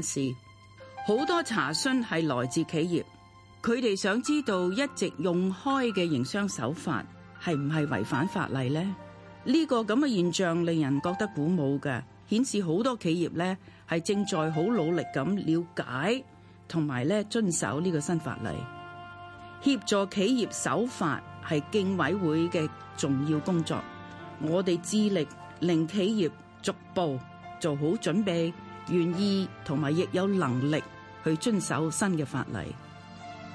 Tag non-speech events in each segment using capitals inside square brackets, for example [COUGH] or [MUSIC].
事，好多查詢係來自企業，佢哋想知道一直用開嘅營商手法係唔係違反法例呢？呢個咁嘅現象令人覺得鼓舞嘅，顯示好多企業呢係正在好努力咁了解同埋咧遵守呢個新法例。協助企業守法係競委會嘅重要工作，我哋致力令企業逐步做好準備，願意同埋亦有能力去遵守新嘅法例。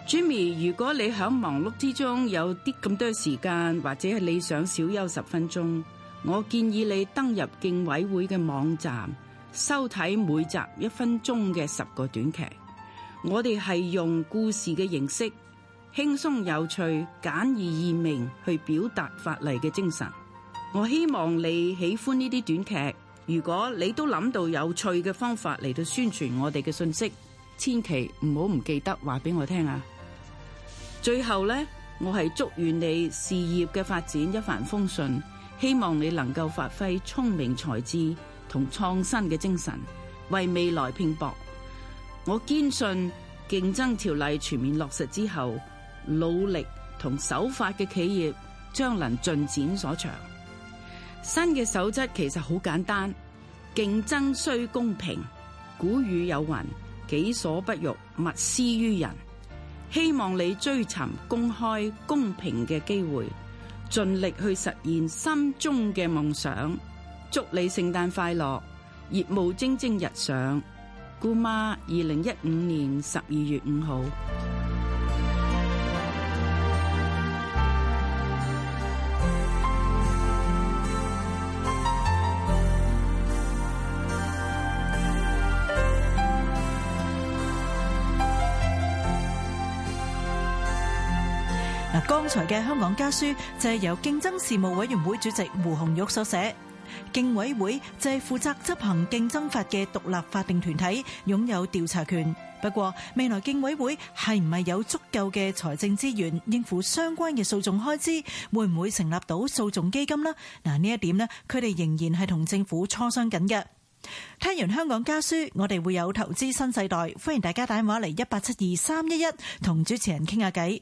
Jimmy，如果你喺忙碌之中有啲咁多時間，或者係你想小休十分鐘，我建議你登入競委會嘅網站，收睇每集一分鐘嘅十個短劇。我哋係用故事嘅形式，輕鬆有趣、簡易易明去表達法例嘅精神。我希望你喜歡呢啲短劇。如果你都諗到有趣嘅方法嚟到宣傳我哋嘅信息，千祈唔好唔記得話俾我聽啊！最後呢，我係祝願你事業嘅發展一帆風順，希望你能夠發揮聰明才智同創新嘅精神，為未來拼搏。我堅信競爭條例全面落實之後，努力同守法嘅企業將能盡展所長。新嘅守則其實好簡單，競爭需公平。古語有云：己所不欲，勿施於人。希望你追尋公開公平嘅機會，盡力去實現心中嘅夢想。祝你聖誕快樂，業務蒸蒸日上。姑媽，二零一五年十二月五號。嗱，剛才嘅香港家書就係由競爭事務委員會主席胡紅玉所寫。競委會就係負責執行競爭法嘅獨立法定團體，擁有調查權。不過，未來競委會係唔係有足夠嘅財政資源應付相關嘅訴訟開支？會唔會成立到訴訟基金呢？嗱，呢一點呢，佢哋仍然係同政府磋商緊嘅。聽完香港家書，我哋會有投資新世代，歡迎大家打電話嚟一八七二三一一同主持人傾下偈。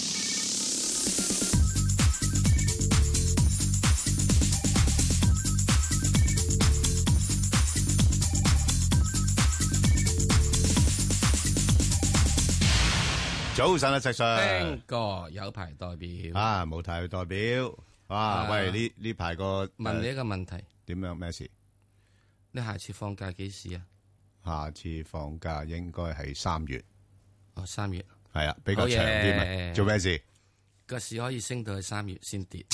早晨啊，石 Sir 聽。過有排代表啊，冇提佢代表。哇，啊喂，呢呢排個問你一誒個問題，點樣咩事？你下次放假幾時啊？下次放假應該係三月，哦，三月係啊，比較長啲好咪嘢做咩事？個市可以升到去三月先 [LAUGHS] 跌，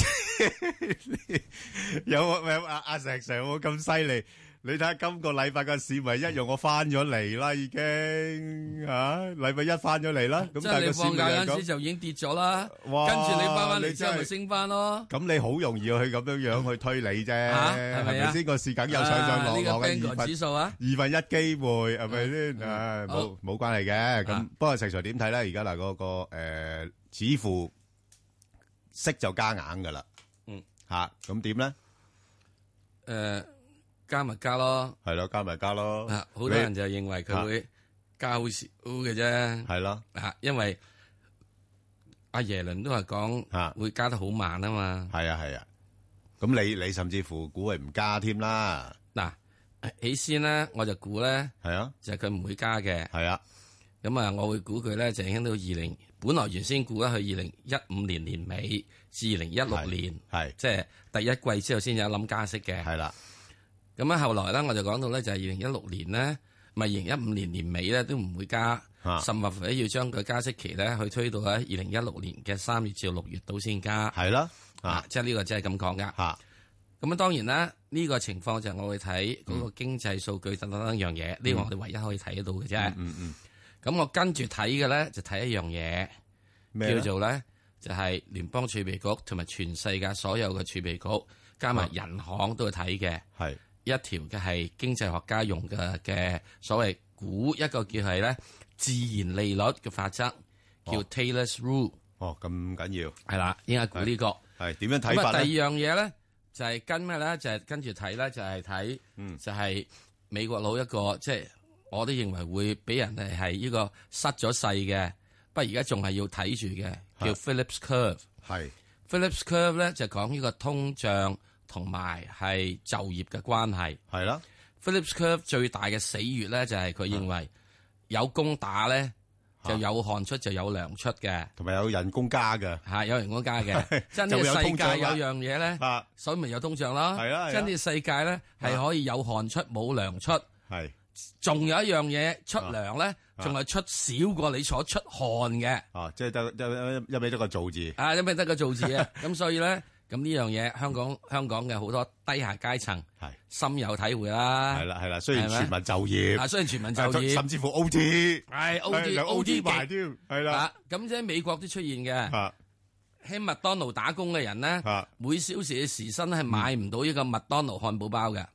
有冇喂阿阿石 Sir 有冇咁犀利？你睇下今個禮拜嘅市咪一樣，我翻咗嚟啦，已經嚇禮拜一翻咗嚟啦。咁即但係係你個市放假咪就係嗰陣時咁，就已經跌咗啦。跟哇住你翻翻嚟之後你真係咪升翻咯。咁你好容易去咁樣樣去推理啫，嚇係係咪啊咪先？個市梗有上上落落啊呢嘅二個 Bangor 分指數啊，二分一機會係咪先？唉，好冇冇關係嘅。咁啊不過石 Sir 點睇咧？而家嗱嗰個誒，似乎息就加硬噶啦。嗯，吓咁點咧？誒呃加咪加咯。係咯，加咪加咯。啊，好多人就認為佢會加好少嘅啫。係咯，啊，因為阿耶倫都係啊講會加得好慢啊嘛。係啊，係啊。咁你你甚至乎估係唔加添啦。嗱，起先咧我就估咧係啊，就係佢唔會加嘅。係啊，咁啊，我會估佢咧就係喺到二零，本來原先估咧佢啊二零一五年年尾至二零一六年，係即係第一季之後先有諗加息嘅。係啦，咁啊，後來咧我就講到咧就係二零一六年咧，咪二零一五年年尾咧都唔會加啊，甚或乎咧要將佢加息期咧去推到啊咧二零一六年嘅三月至六月度先加。係啦，啊啊，即係呢個即係咁講噶。吓咁啊，當然啦，呢、個情況就係我會睇嗰嗯個經濟數據等等等樣嘢，呢、個我哋唯一可以睇得到嘅啫。嗯嗯咁我跟住睇嘅咧就睇一樣嘢。咩叫咧？做咧就係聯邦儲備局同埋全世界所有嘅儲備局加埋人行都要睇嘅。啊係一條嘅係經濟學家用嘅嘅所謂估一個叫係咧自然利率嘅法則，叫 Taylor's Rule 哦咁緊要係啦，應該估呢個。係點樣睇咁法啊，咧？第二樣嘢咧就係跟咩咧？就係跟住睇咧，就係睇嗯就係美國佬一個即係我都認為會俾人哋係呢個失咗勢嘅，不過而家仲係要睇住嘅，叫 Phillips Curve。係 Phillips Curve 咧就講呢個通脹同埋係就業嘅關係。係啦， Phillips Curve 最大嘅死穴咧，就係佢認為有工打咧啊就有汗出就有糧出嘅，同埋有人工加嘅嚇有人工 [LAUGHS] 加嘅。真係就有世通脹界啦有樣嘢咧，啊，所以咪有通脹啦。係啊係啊真係世界咧係可以有汗出冇糧出，係仲有一樣嘢出糧咧，啊仲係出少過你所出汗嘅。啊，即係得得一一味得個造字啊，因為得個 [LAUGHS] 造字啊，咁所以咧，咁呢樣嘢香港香港嘅好多低下階層係深有體會啦係。啦係啦，雖然係咪全民就業啊，雖然全民就業甚。至乎 O T，係 OT 有 O Dạ, T OT 埋埋添，係啦，啊，咁即係美國都出現嘅。啊喺麥當勞打工嘅人咧啊，每小時嘅時薪係買唔到呢個麥當勞漢堡包嘅。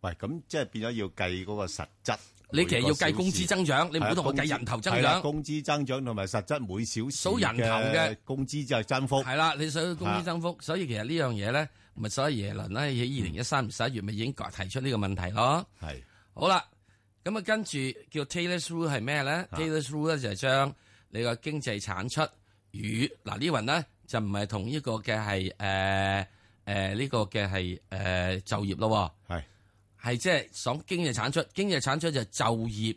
喂，咁即係變咗要計嗰個實質，你其實要計工資增，增長，你你唔好同我計人頭增長。工資增長同埋實質每小時數人頭嘅工資就係增幅，係啦，你想工資增幅，所以其實呢樣嘢咧，咪所謂耶倫咧喺二零一三年十一月咪已經提出呢個問題咯。係好啦，咁啊跟住叫 Taylor's Rule 係咩咧？Taylor's Rule 咧就係將你個經濟產出與嗱呢雲咧就唔係同呢個嘅係誒誒呢個嘅係誒就業咯係喎，係即係講經濟產出，經濟產出就係就業，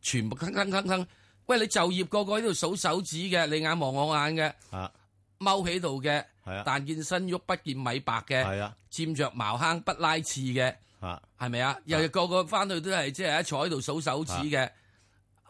全部坑坑坑坑。喂，你就業個個喺度數手指嘅，你眼望我眼嘅，啊踎喺度嘅，係啊但見身喐不見米白嘅，係啊佔着茅坑不拉刺嘅。啊係咪啊？又個個翻去都係即係一坐喺度數手指嘅，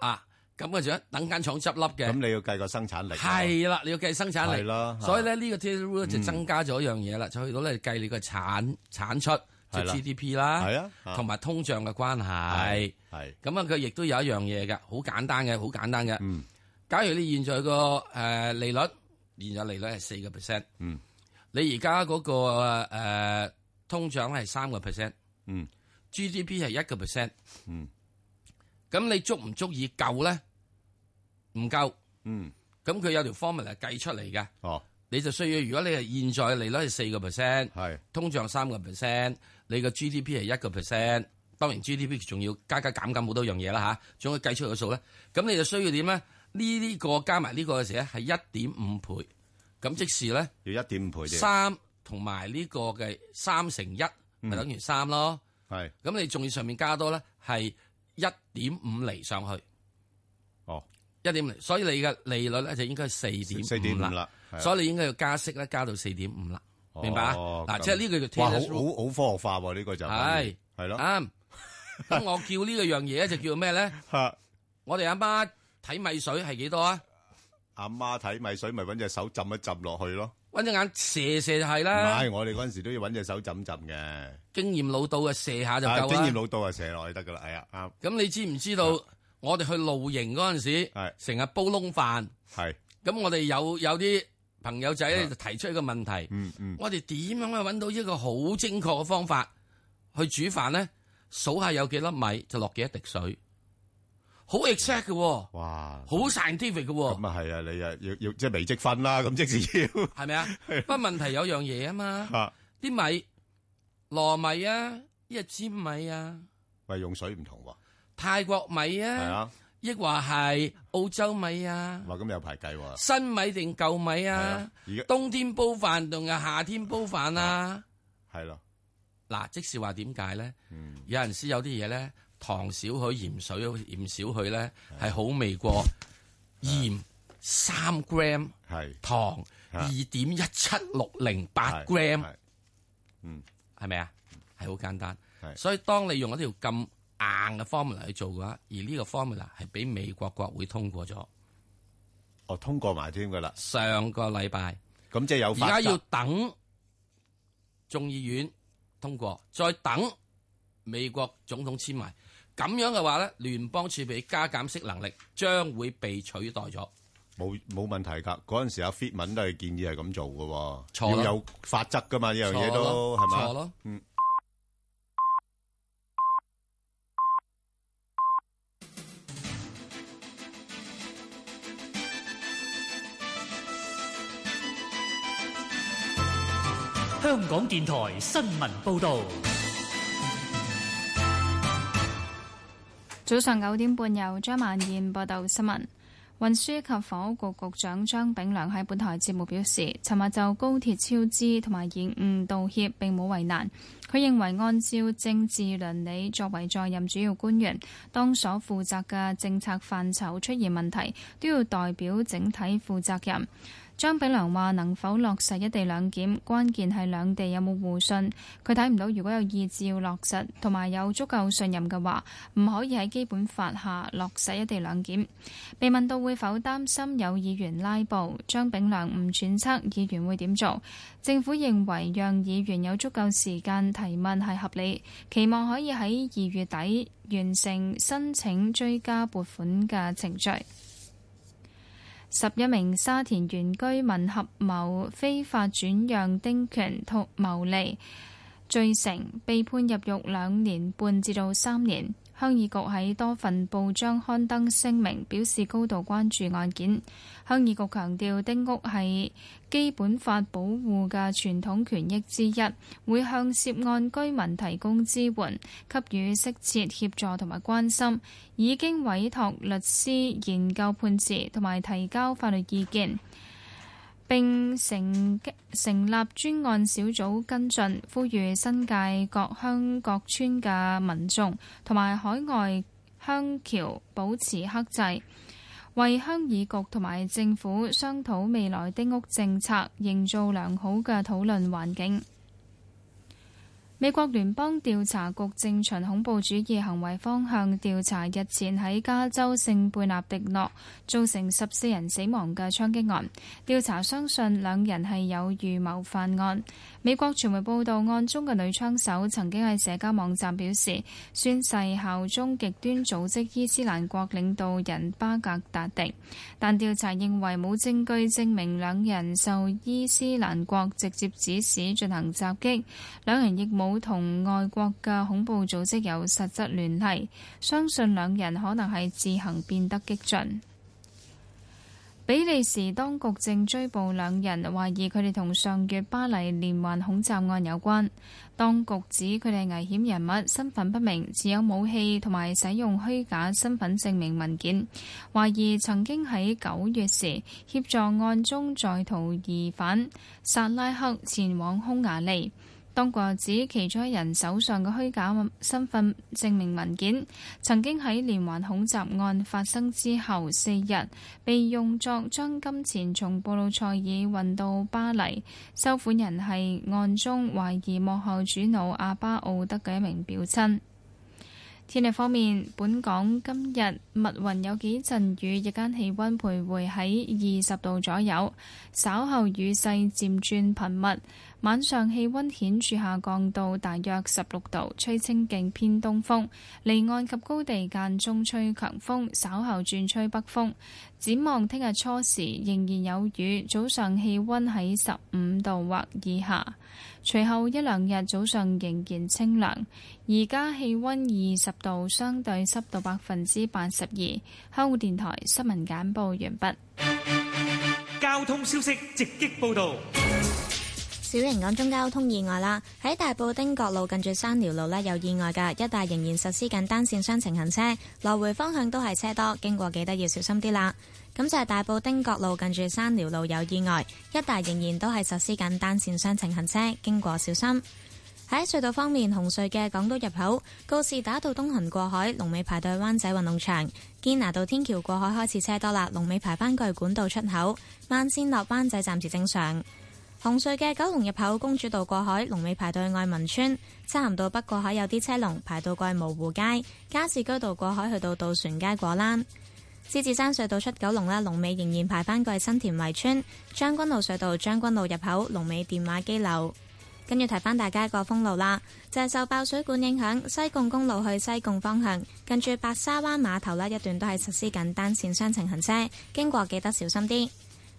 啊咁嘅就等間廠執笠咁嘅，你要計個生產力，係啦，你要計生產係力，啦，所以啊咧呢個 t a rule 就增加咗一樣嘢啦，就去到咧計你個產產出即係啦係 GDP 啦，係啊啊同埋通脹嘅關係係。係咁啊，佢亦都有一樣嘢嘅，好簡單嘅，好簡單嘅。嗯假如你現在個誒利率，現在利率係四個 percent，嗯，你而家嗰個誒通脹係三個 percent，嗯，GDP 係一個 percent，嗯，咁你足唔足以夠咧？唔夠，嗯咁佢有條 formula 計出嚟嘅，哦你就需要如果你係現在利率係四個 percent，係通脹三個 percent，你個 GDP 係一個 percent，當然 GDP 仲要加加減減好多樣嘢啦吓，總要計出個數咧。咁你就需要點咧？呢呢個加埋呢個嘅時咧係一點五倍，咁即是咧要一點五倍啲，三同埋呢個嘅三乘一咪等於三咯。嗯係咁你仲要上面加多咧係一點五厘上去，哦一點厘，所以你嘅利率咧就應該係四四點點五五啦。啦，係啊所以你應該要加息咧，加到四點五啦，明白啊？哦嗱，咁即係呢個叫哇，好 Taylor's rule 好好科學化喎，呢個就係係咯，啱。咁我叫呢個樣嘢就叫咩咧？嚇我哋阿媽睇米水係幾多啊？阿媽睇米水咪揾隻手浸一浸落去咯，揾隻眼射射就係唔啦，係我哋嗰陣時都要揾隻手浸浸嘅。經驗老到嘅射下就啊夠經驗啦。老道啊，射落去得噶啦，係啊，咁你知唔知道我哋去露營嗰陣時係，成日煲窿飯？啱，係，啊咁我哋有有啲朋友仔咧就提出一個問題：嗯嗯，我哋點樣去揾到一個好精確嘅方法去煮飯咧？數下有幾粒米就落幾多滴水，好 exact 嘅喎，哇，好 [LAUGHS] scientific 嘅喎。咁啊係啊，你啊要要即係微積分啦，咁即時要系 [LAUGHS] 咪啊？不過問題有樣嘢啊嘛，吓，啲米糯米啊，一係尖米啊，喂，用水唔同喎，泰國米係啊，啊，抑或係澳洲米啊，哇，咁有排計喎，新米定舊米係啊啊，，而家冬天煲飯定係夏天煲飯啊？係咯，嗱，即是話點解咧？嗯，有陣時有啲嘢咧，糖少許、鹽水、鹽少許咧，係好味過鹽三 gram 係糖係二點一七六零八 gram。係嗯係咪啊？係好簡單係。所以當你用一條咁硬嘅 formula 去做嘅話，而呢個 formula 係俾美國國會通過咗。哦，通過埋添噶啦，上個禮拜，咁即係有而法家要則等眾議院通過，再等美國總統簽埋。咁樣嘅話咧，聯邦儲備加減息能力將會被取代咗。冇冇問題㗎。嗰陣時阿 Fit 文都係建議係咁做嘅錯喎，啦要有法則㗎嘛，呢樣嘢都錯咯係咪？錯咯嗯。香港電台新聞報導，早上九點半由張曼燕報道新聞。運輸及房屋局局長張炳良喺本台節目表示，尋日就高鐵超支同埋延誤道歉並冇為難。佢認為按照政治倫理，作為在任主要官員，當所負責嘅政策範疇出現問題，都要代表整體負責任。張炳良話：能否落實一地兩檢，關鍵係兩地有冇互信。佢睇唔到，如果有意志要落實，同埋有足夠信任嘅話，唔可以喺基本法下落實一地兩檢。被問到會否擔心有議員拉布，張炳良唔揣測議員會點做。政府認為讓議員有足夠時間提問係合理，期望可以喺二月底完成申請追加撥款嘅程序。十一名沙田原居民合謀非法轉讓丁權同牟利罪成，被判入獄兩年半至到三年。鄉議局喺多份報章刊登聲明，表示高度關注案件。鄉議局強調，丁屋係基本法保護嘅傳統權益之一，會向涉案居民提供支援，給予適切協助同埋關心。已經委託律師研究判詞同埋提交法律意見。並成成立專案小組跟進，呼籲新界各鄉各村嘅民眾同埋海外鄉僑保持克制，為鄉議局同埋政府商討未來丁屋政策，營造良好嘅討論環境。美國聯邦調查局正循恐怖主義行為方向調查日前喺加州聖貝納迪諾造成十四人死亡嘅槍擊案，調查相信兩人係有預謀犯案。美國傳媒報道，案中嘅女槍手曾經喺社交網站表示宣誓效忠極端組織伊斯蘭國領導人巴格達迪，但調查認為冇證據證明兩人受伊斯蘭國直接指使進行襲擊。兩人亦冇同外國嘅恐怖組織有實質聯繫，相信兩人可能係自行變得激進。比利時當局正追捕兩人，懷疑佢哋同上月巴黎連環恐襲案有關。當局指佢哋係危險人物，身份不明，持有武器同埋使用虛假身份證明文件，懷疑曾經喺九月時協助案中在逃疑犯薩拉克前往匈牙利。當局又指其中一人手上嘅虛假身份證明文件，曾經喺連環恐襲案發生之後四日，被用作將金錢從布魯塞爾運到巴黎。收款人係案中懷疑幕後主腦阿巴奧德嘅一名表親。天氣方面，本港今日密雲有幾陣雨，日間氣温徘徊喺二十度左右，稍後雨勢漸轉頻密。晚上氣温顯著下降到大約十六度，吹清勁偏東風，離岸及高地間中吹強風，稍後轉吹北風。展望聽日初時仍然有雨，早上氣温喺十五度或以下。隨後一兩日早上仍然清涼。而家氣温二十度，相對濕度百分之八十二。香港電台新聞簡報完畢。交通消息直擊報導。小型港中交通意外啦，喺大埔汀角路近住山寮路呢，有意外㗎，一帶仍然實施緊單線雙程行車，來回方向都係車多，經過記得要小心啲啦。咁就係大埔汀角路近住山寮路有意外，一帶仍然都係實施緊單線雙程行車，經過小心。喺隧道方面，紅隧嘅港島入口告士打道東行過海，龍尾排隊灣仔運動場；堅拿道天橋過海開始車多啦，龍尾排返過去管道出口；慢線落灣仔暫時正常。紅隧嘅九龍入口公主道過海，龍尾排隊愛民村；漆咸道北過海有啲車龍，排到過去蕪湖街；加士居道過海去到渡船街果欄。獅子山隧道出九龍啦，龍尾仍然排返過去新田圍村；將軍澳隧道將軍澳入口，龍尾電話機樓。跟住提翻大家個封路啦，就係受爆水管影響，西貢公路去西貢方向，近住白沙灣碼頭呢一段都係實施緊單線雙程行車，經過記得小心啲。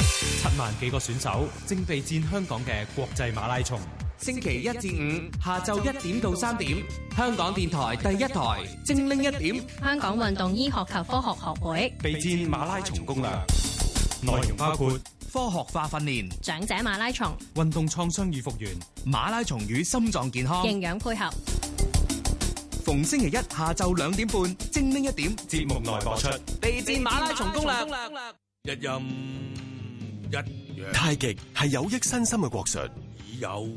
七萬幾個選手正備戰香港嘅國際馬拉松。星期一至五下晝一點到三點，香港電台第一台，精靈一點，香港運動醫學及科學學會備戰馬拉松攻略，內容包括科學化訓練、長者馬拉松、運動創傷與復原、馬拉松與心臟健康、營養配合。逢星期一下晝兩點半，精靈一點節目內播出備戰馬拉松攻略，一陰一陽，太極係有益身心嘅國術，以有。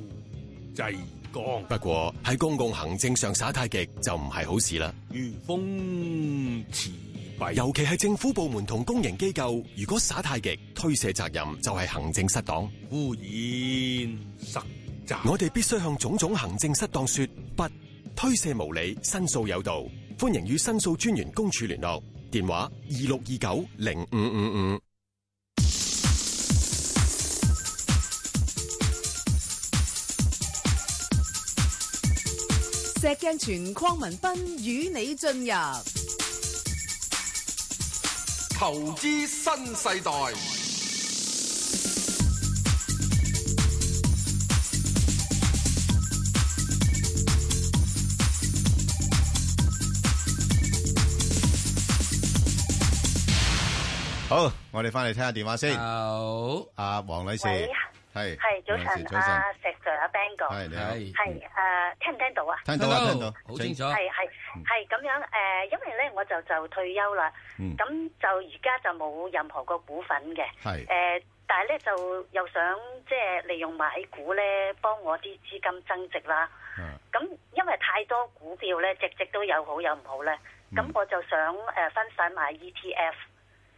制剛，不過喺公共行政上耍太極就唔係好事啦。如風持幣，尤其係政府部門同公營機構，如果耍太極推卸責任，就係行政失當。污染實習，我哋必須向種種行政失當說不，推卸無理，申訴有道。歡迎與申訴專員公署聯絡，電話二六二九零五五五。石鏡泉鄺民彬與你進入投資新世代。好，我哋翻嚟聽下電話先。好，阿黃女士，係係早晨，阿石 Sir 阿 Bang 哥，係你好係誒聽唔聽到啊？聽到啊，聽到，好清楚。係係係咁樣誒，因為咧我就就退休啦，嗯咁就而家就冇任何個股份嘅，係誒，但係咧就又想即係利用買股咧幫我啲資金增值啦。啊咁因為太多股票咧，隻隻都有好有唔好咧，嗯咁我就想誒分散買 E ETF，誒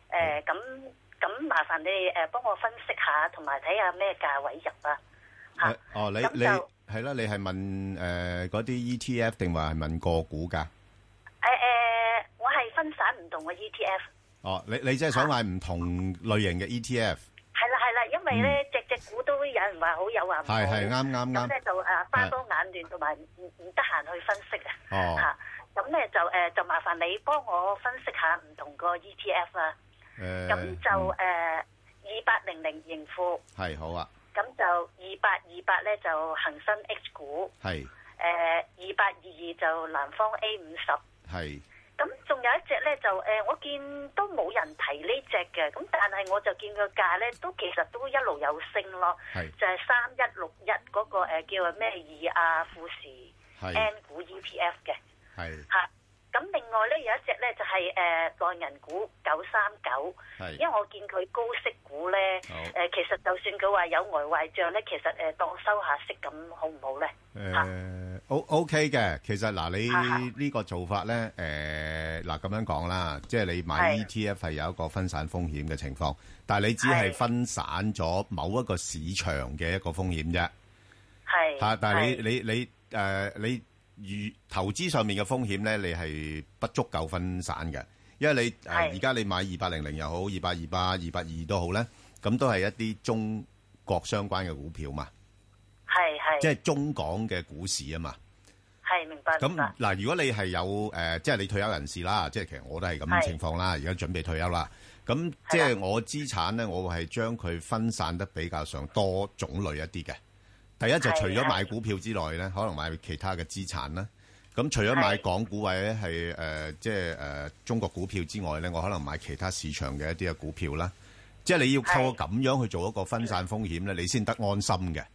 呃嗯咁咁麻煩你誒幫我分析下，同埋睇下咩價位入啊。誒哦，你咁你就係啦，你係問誒嗰啲 E ETF 定話係問個股誒㗎？誒，我係分散唔同嘅 E ETF，哦，你你即係想買唔同類型嘅 ETF？係啦係啦，因為咧隻隻股都有人話好有啊話唔好，嗯係係啱啱咁啱咧就誒花多眼亂同埋唔唔得閒去分析啊，哦嚇咁咧就誒就麻煩你幫我分析下唔同個 ETF 啊，誒，嗯咁就誒二八零零盈富，係好啊，咁就二八二八咧就恒生 H 股，係誒二八二二就南方 A 五十。係咁仲有一隻咧就誒、呃我見都冇人提呢只嘅，咁但係我就見個價咧都其實都一路有升咯，係就係三一六一嗰個、呃、叫做咩二亞富士係 N 股 ETF 嘅係嚇。啊咁另外咧有一隻咧就係、誒、內銀股九三九係，因為我見佢高息股咧好誒、其實就算佢話有外壞帳咧，其實誒、呃當收下息咁好唔好咧？誒，O OK 嘅，其實嗱，啊你呢個做法咧，誒嗱咁樣講啦，即係你買係 ETF 係有一個分散風險嘅情況，但係你只係係分散咗某一個市場嘅一個風險啫。係嚇！但係係你你你誒你預投資上面嘅風險咧，你係不足夠分散嘅，因為你誒係而家你買二八零零又好，二八二八、二八二都好咧，咁都係一啲中國相關嘅股票嘛，係係即係中港嘅股市啊嘛。係明白咁明白嗱，如果你係有誒、呃即係你退休人士啦，即係其實我都係咁係嘅情況啦，而家準備退休啦。咁即係我資產咧，我會係將佢分散得比較上多種類一啲嘅。第一就係除咗係買股票之外咧，可能買其他嘅資產啦。咁除咗買港股或者係誒即係誒中國股票之外咧，我可能買其他市場嘅一啲嘅股票啦。即係你要靠咁樣去做一個分散風險咧，你先得安心嘅。啊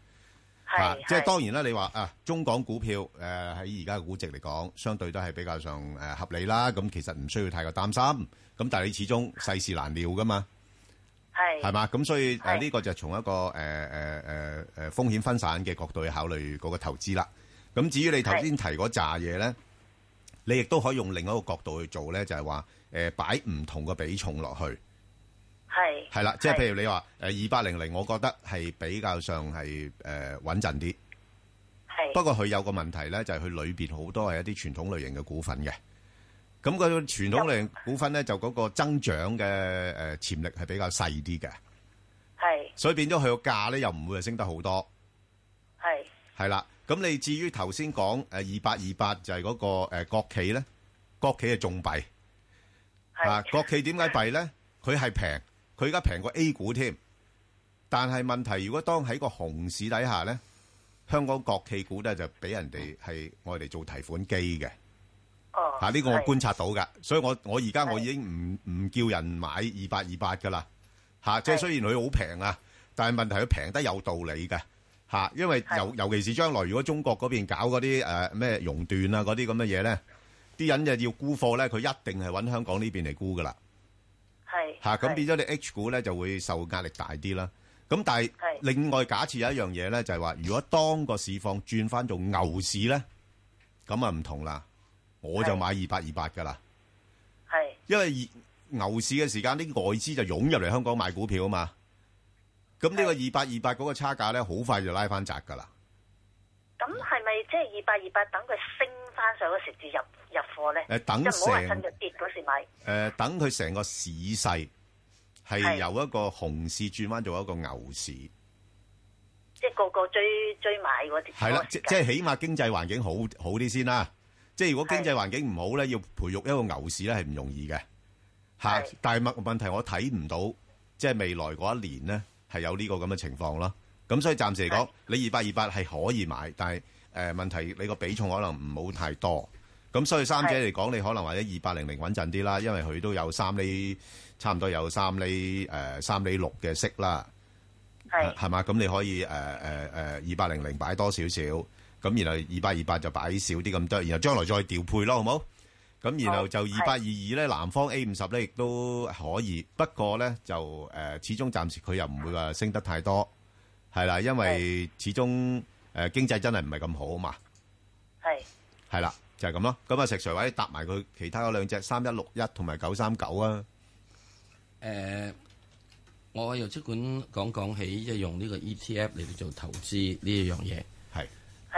係即係係當然啦，你話啊，中港股票誒喺而家嘅估值嚟講，相對都係比較上誒、呃合理啦。咁其實唔需要太過擔心。咁但係你始終世事難料噶嘛，係係嘛？咁所以啊誒呢個就從一個誒誒誒誒風險分散嘅角度去考慮嗰個投資啦。咁至於你頭先提嗰扎嘢咧，你亦都可以用另一個角度去做咧，就係話誒擺唔同嘅比重落去。係係啦，即係譬如你話誒二八零零，我覺得係比較上係誒穩陣啲。係不過佢有個問題咧，就係佢裏邊好多係一啲傳統類型嘅股份嘅。咁佢傳統類型股份咧，就嗰個增長嘅誒潛力係比較細啲嘅，係所以變咗佢個價咧又唔會係升得好多。係係啦，咁你至於頭先講呃誒二八二八就係嗰個誒國企咧，國企係重幣啊！國企點解幣咧？佢係平，佢而家平過 A 股添。但係問題，如果當喺個熊市底下咧，香港國企股咧就俾人哋係我嚟做提款機嘅。哦，啊！呢個我觀察到㗎，所以我我而家我已經唔唔叫人買二八二八㗎啦，嚇！即係雖然佢好平啊，但係問題佢平得有道理嘅嚇，因為尤尤其是將來如果中國嗰邊搞嗰啲誒咩熔斷啊嗰啲咁嘅嘢咧，啲人就要沽貨咧，佢一定係揾香港呢邊嚟沽㗎啦。係嚇，啊咁變咗你 H 股咧就會受壓力大啲啦。咁但係另外假設有一樣嘢咧，就係話如果當個市況轉翻做牛市咧，咁啊唔同啦，我就買二八二八噶啦，係因為二牛市嘅時間啲外資就湧入嚟香港買股票啊嘛。咁呢個二八二八嗰個差價咧，好快就拉翻窄噶啦。咁係咪即係二八二八等佢升翻上嗰時至入入貨咧？誒等即係唔好話成趁佢跌嗰時買。誒、等佢成個市勢係由一個熊市轉翻做一個牛市，即係個個追追買嗰啲。係啦，即即係起碼經濟環境好好啲先啦。即係如果經濟環境唔好咧，要培育一個牛市咧係唔容易嘅嚇。但係問問題我睇唔到，即係未來嗰一年咧係有呢個咁嘅情況咯。咁所以暫時嚟講，你二八二八係可以買，但係誒、呃、問題你個比重可能唔好太多。咁所以三者嚟講，你可能或者二八零零穩陣啲啦，因為佢都有三厘，差唔多有三厘誒、呃三厘六嘅息啦。係係嘛？咁你可以誒誒誒二八零零擺多少少，咁然後二八二八就擺少啲咁多，然後將來再調配咯，好冇？咁然後就好二八二二咧，南方 A 五十咧亦都可以，不過咧就誒、呃始終暫時佢又唔會話升得太多，係啦，因為始終誒、呃、經濟真係唔係咁好啊嘛，係係啦，就係咁咯。咁啊，石 Sir 或者搭埋佢其他嗰兩隻三一六一同埋九三九啊，誒，我又即管講講起，即係用呢個 ETF 嚟到做投資呢一樣嘢。係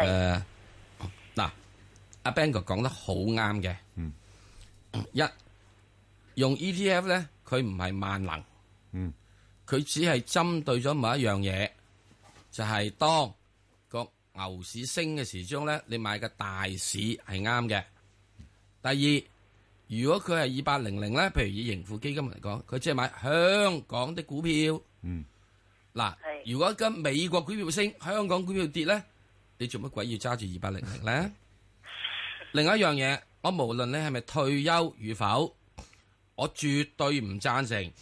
誒，嗱，阿 Bang 哥講得好啱嘅。嗯。一用 ETF 咧，佢唔係萬能。嗯。佢只係針對咗某一樣嘢，就係當個牛市升嘅時鐘咧，你買嘅大市係啱嘅。第二。如果佢係二八零零咧，譬如以盈富基金嚟講，佢只係買香港的股票。嗯，嗱，如果今美國股票升，香港股票跌咧，你做乜鬼要揸住二八零零咧？另外一樣嘢，我無論你係咪退休與否，我絕對唔贊成，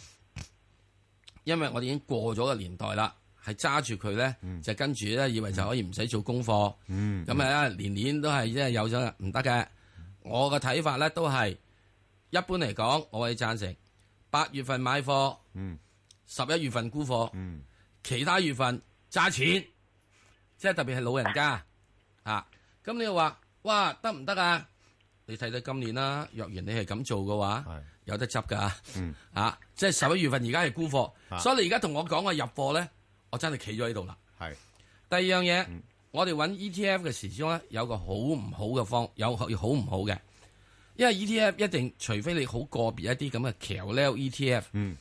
因為我哋已經過咗個年代啦，係揸住佢咧，就跟住咧以為就可以唔使做功課。嗯咁啊，年年都係即係有咗唔得嘅。我嘅睇法咧都係一般嚟講，我係贊成八月份買貨，嗯，十一月份沽貨，嗯，其他月份揸錢，即係特別係老人家啊。咁你又話哇得唔得啊？你睇睇今年啦，若然你係咁做嘅話，有得執㗎。嗯，啊，即係十一月份而家係沽貨，啊所以你而家同我講嘅入貨咧，我真係企咗喺度啦。係第二樣嘢，嗯我哋揾 ETF 嘅時鐘咧，有個好唔好嘅方，有好唔好嘅，因為 ETF 一定除非你好個別一啲咁嘅橋 l ETF，嗯，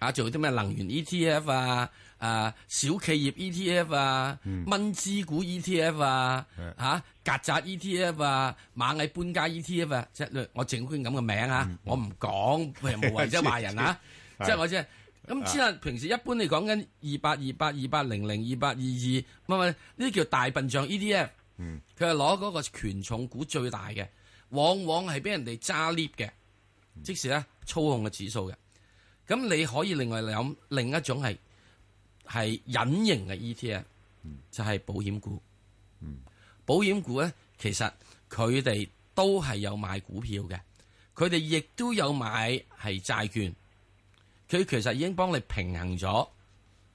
啊，做啲咩能源 ETF 啊，啊小企業 ETF 啊，蚊子股 ETF 啊，嗯係嚇、曱甴 ETF 啊，螞蟻搬家 ETF 啊，即係我整官咁嘅名嗯啊，我唔講，無 [LAUGHS] 謂啫，話人啊，即係我即係。咁啊之後平時一般你講緊二八二八、二八零零、二八二二，乜乜呢啲叫大笨象，E ETF，嗯佢係攞嗰個權重股最大嘅，往往係俾人哋揸 lift 嘅，即時咧操控嘅指數嘅。咁你可以另外諗另一種係係隱形嘅 ETF，就係保險股。保險股咧，其實佢哋都係有買股票嘅，佢哋亦都有買係債券，佢其實已經幫你平衡咗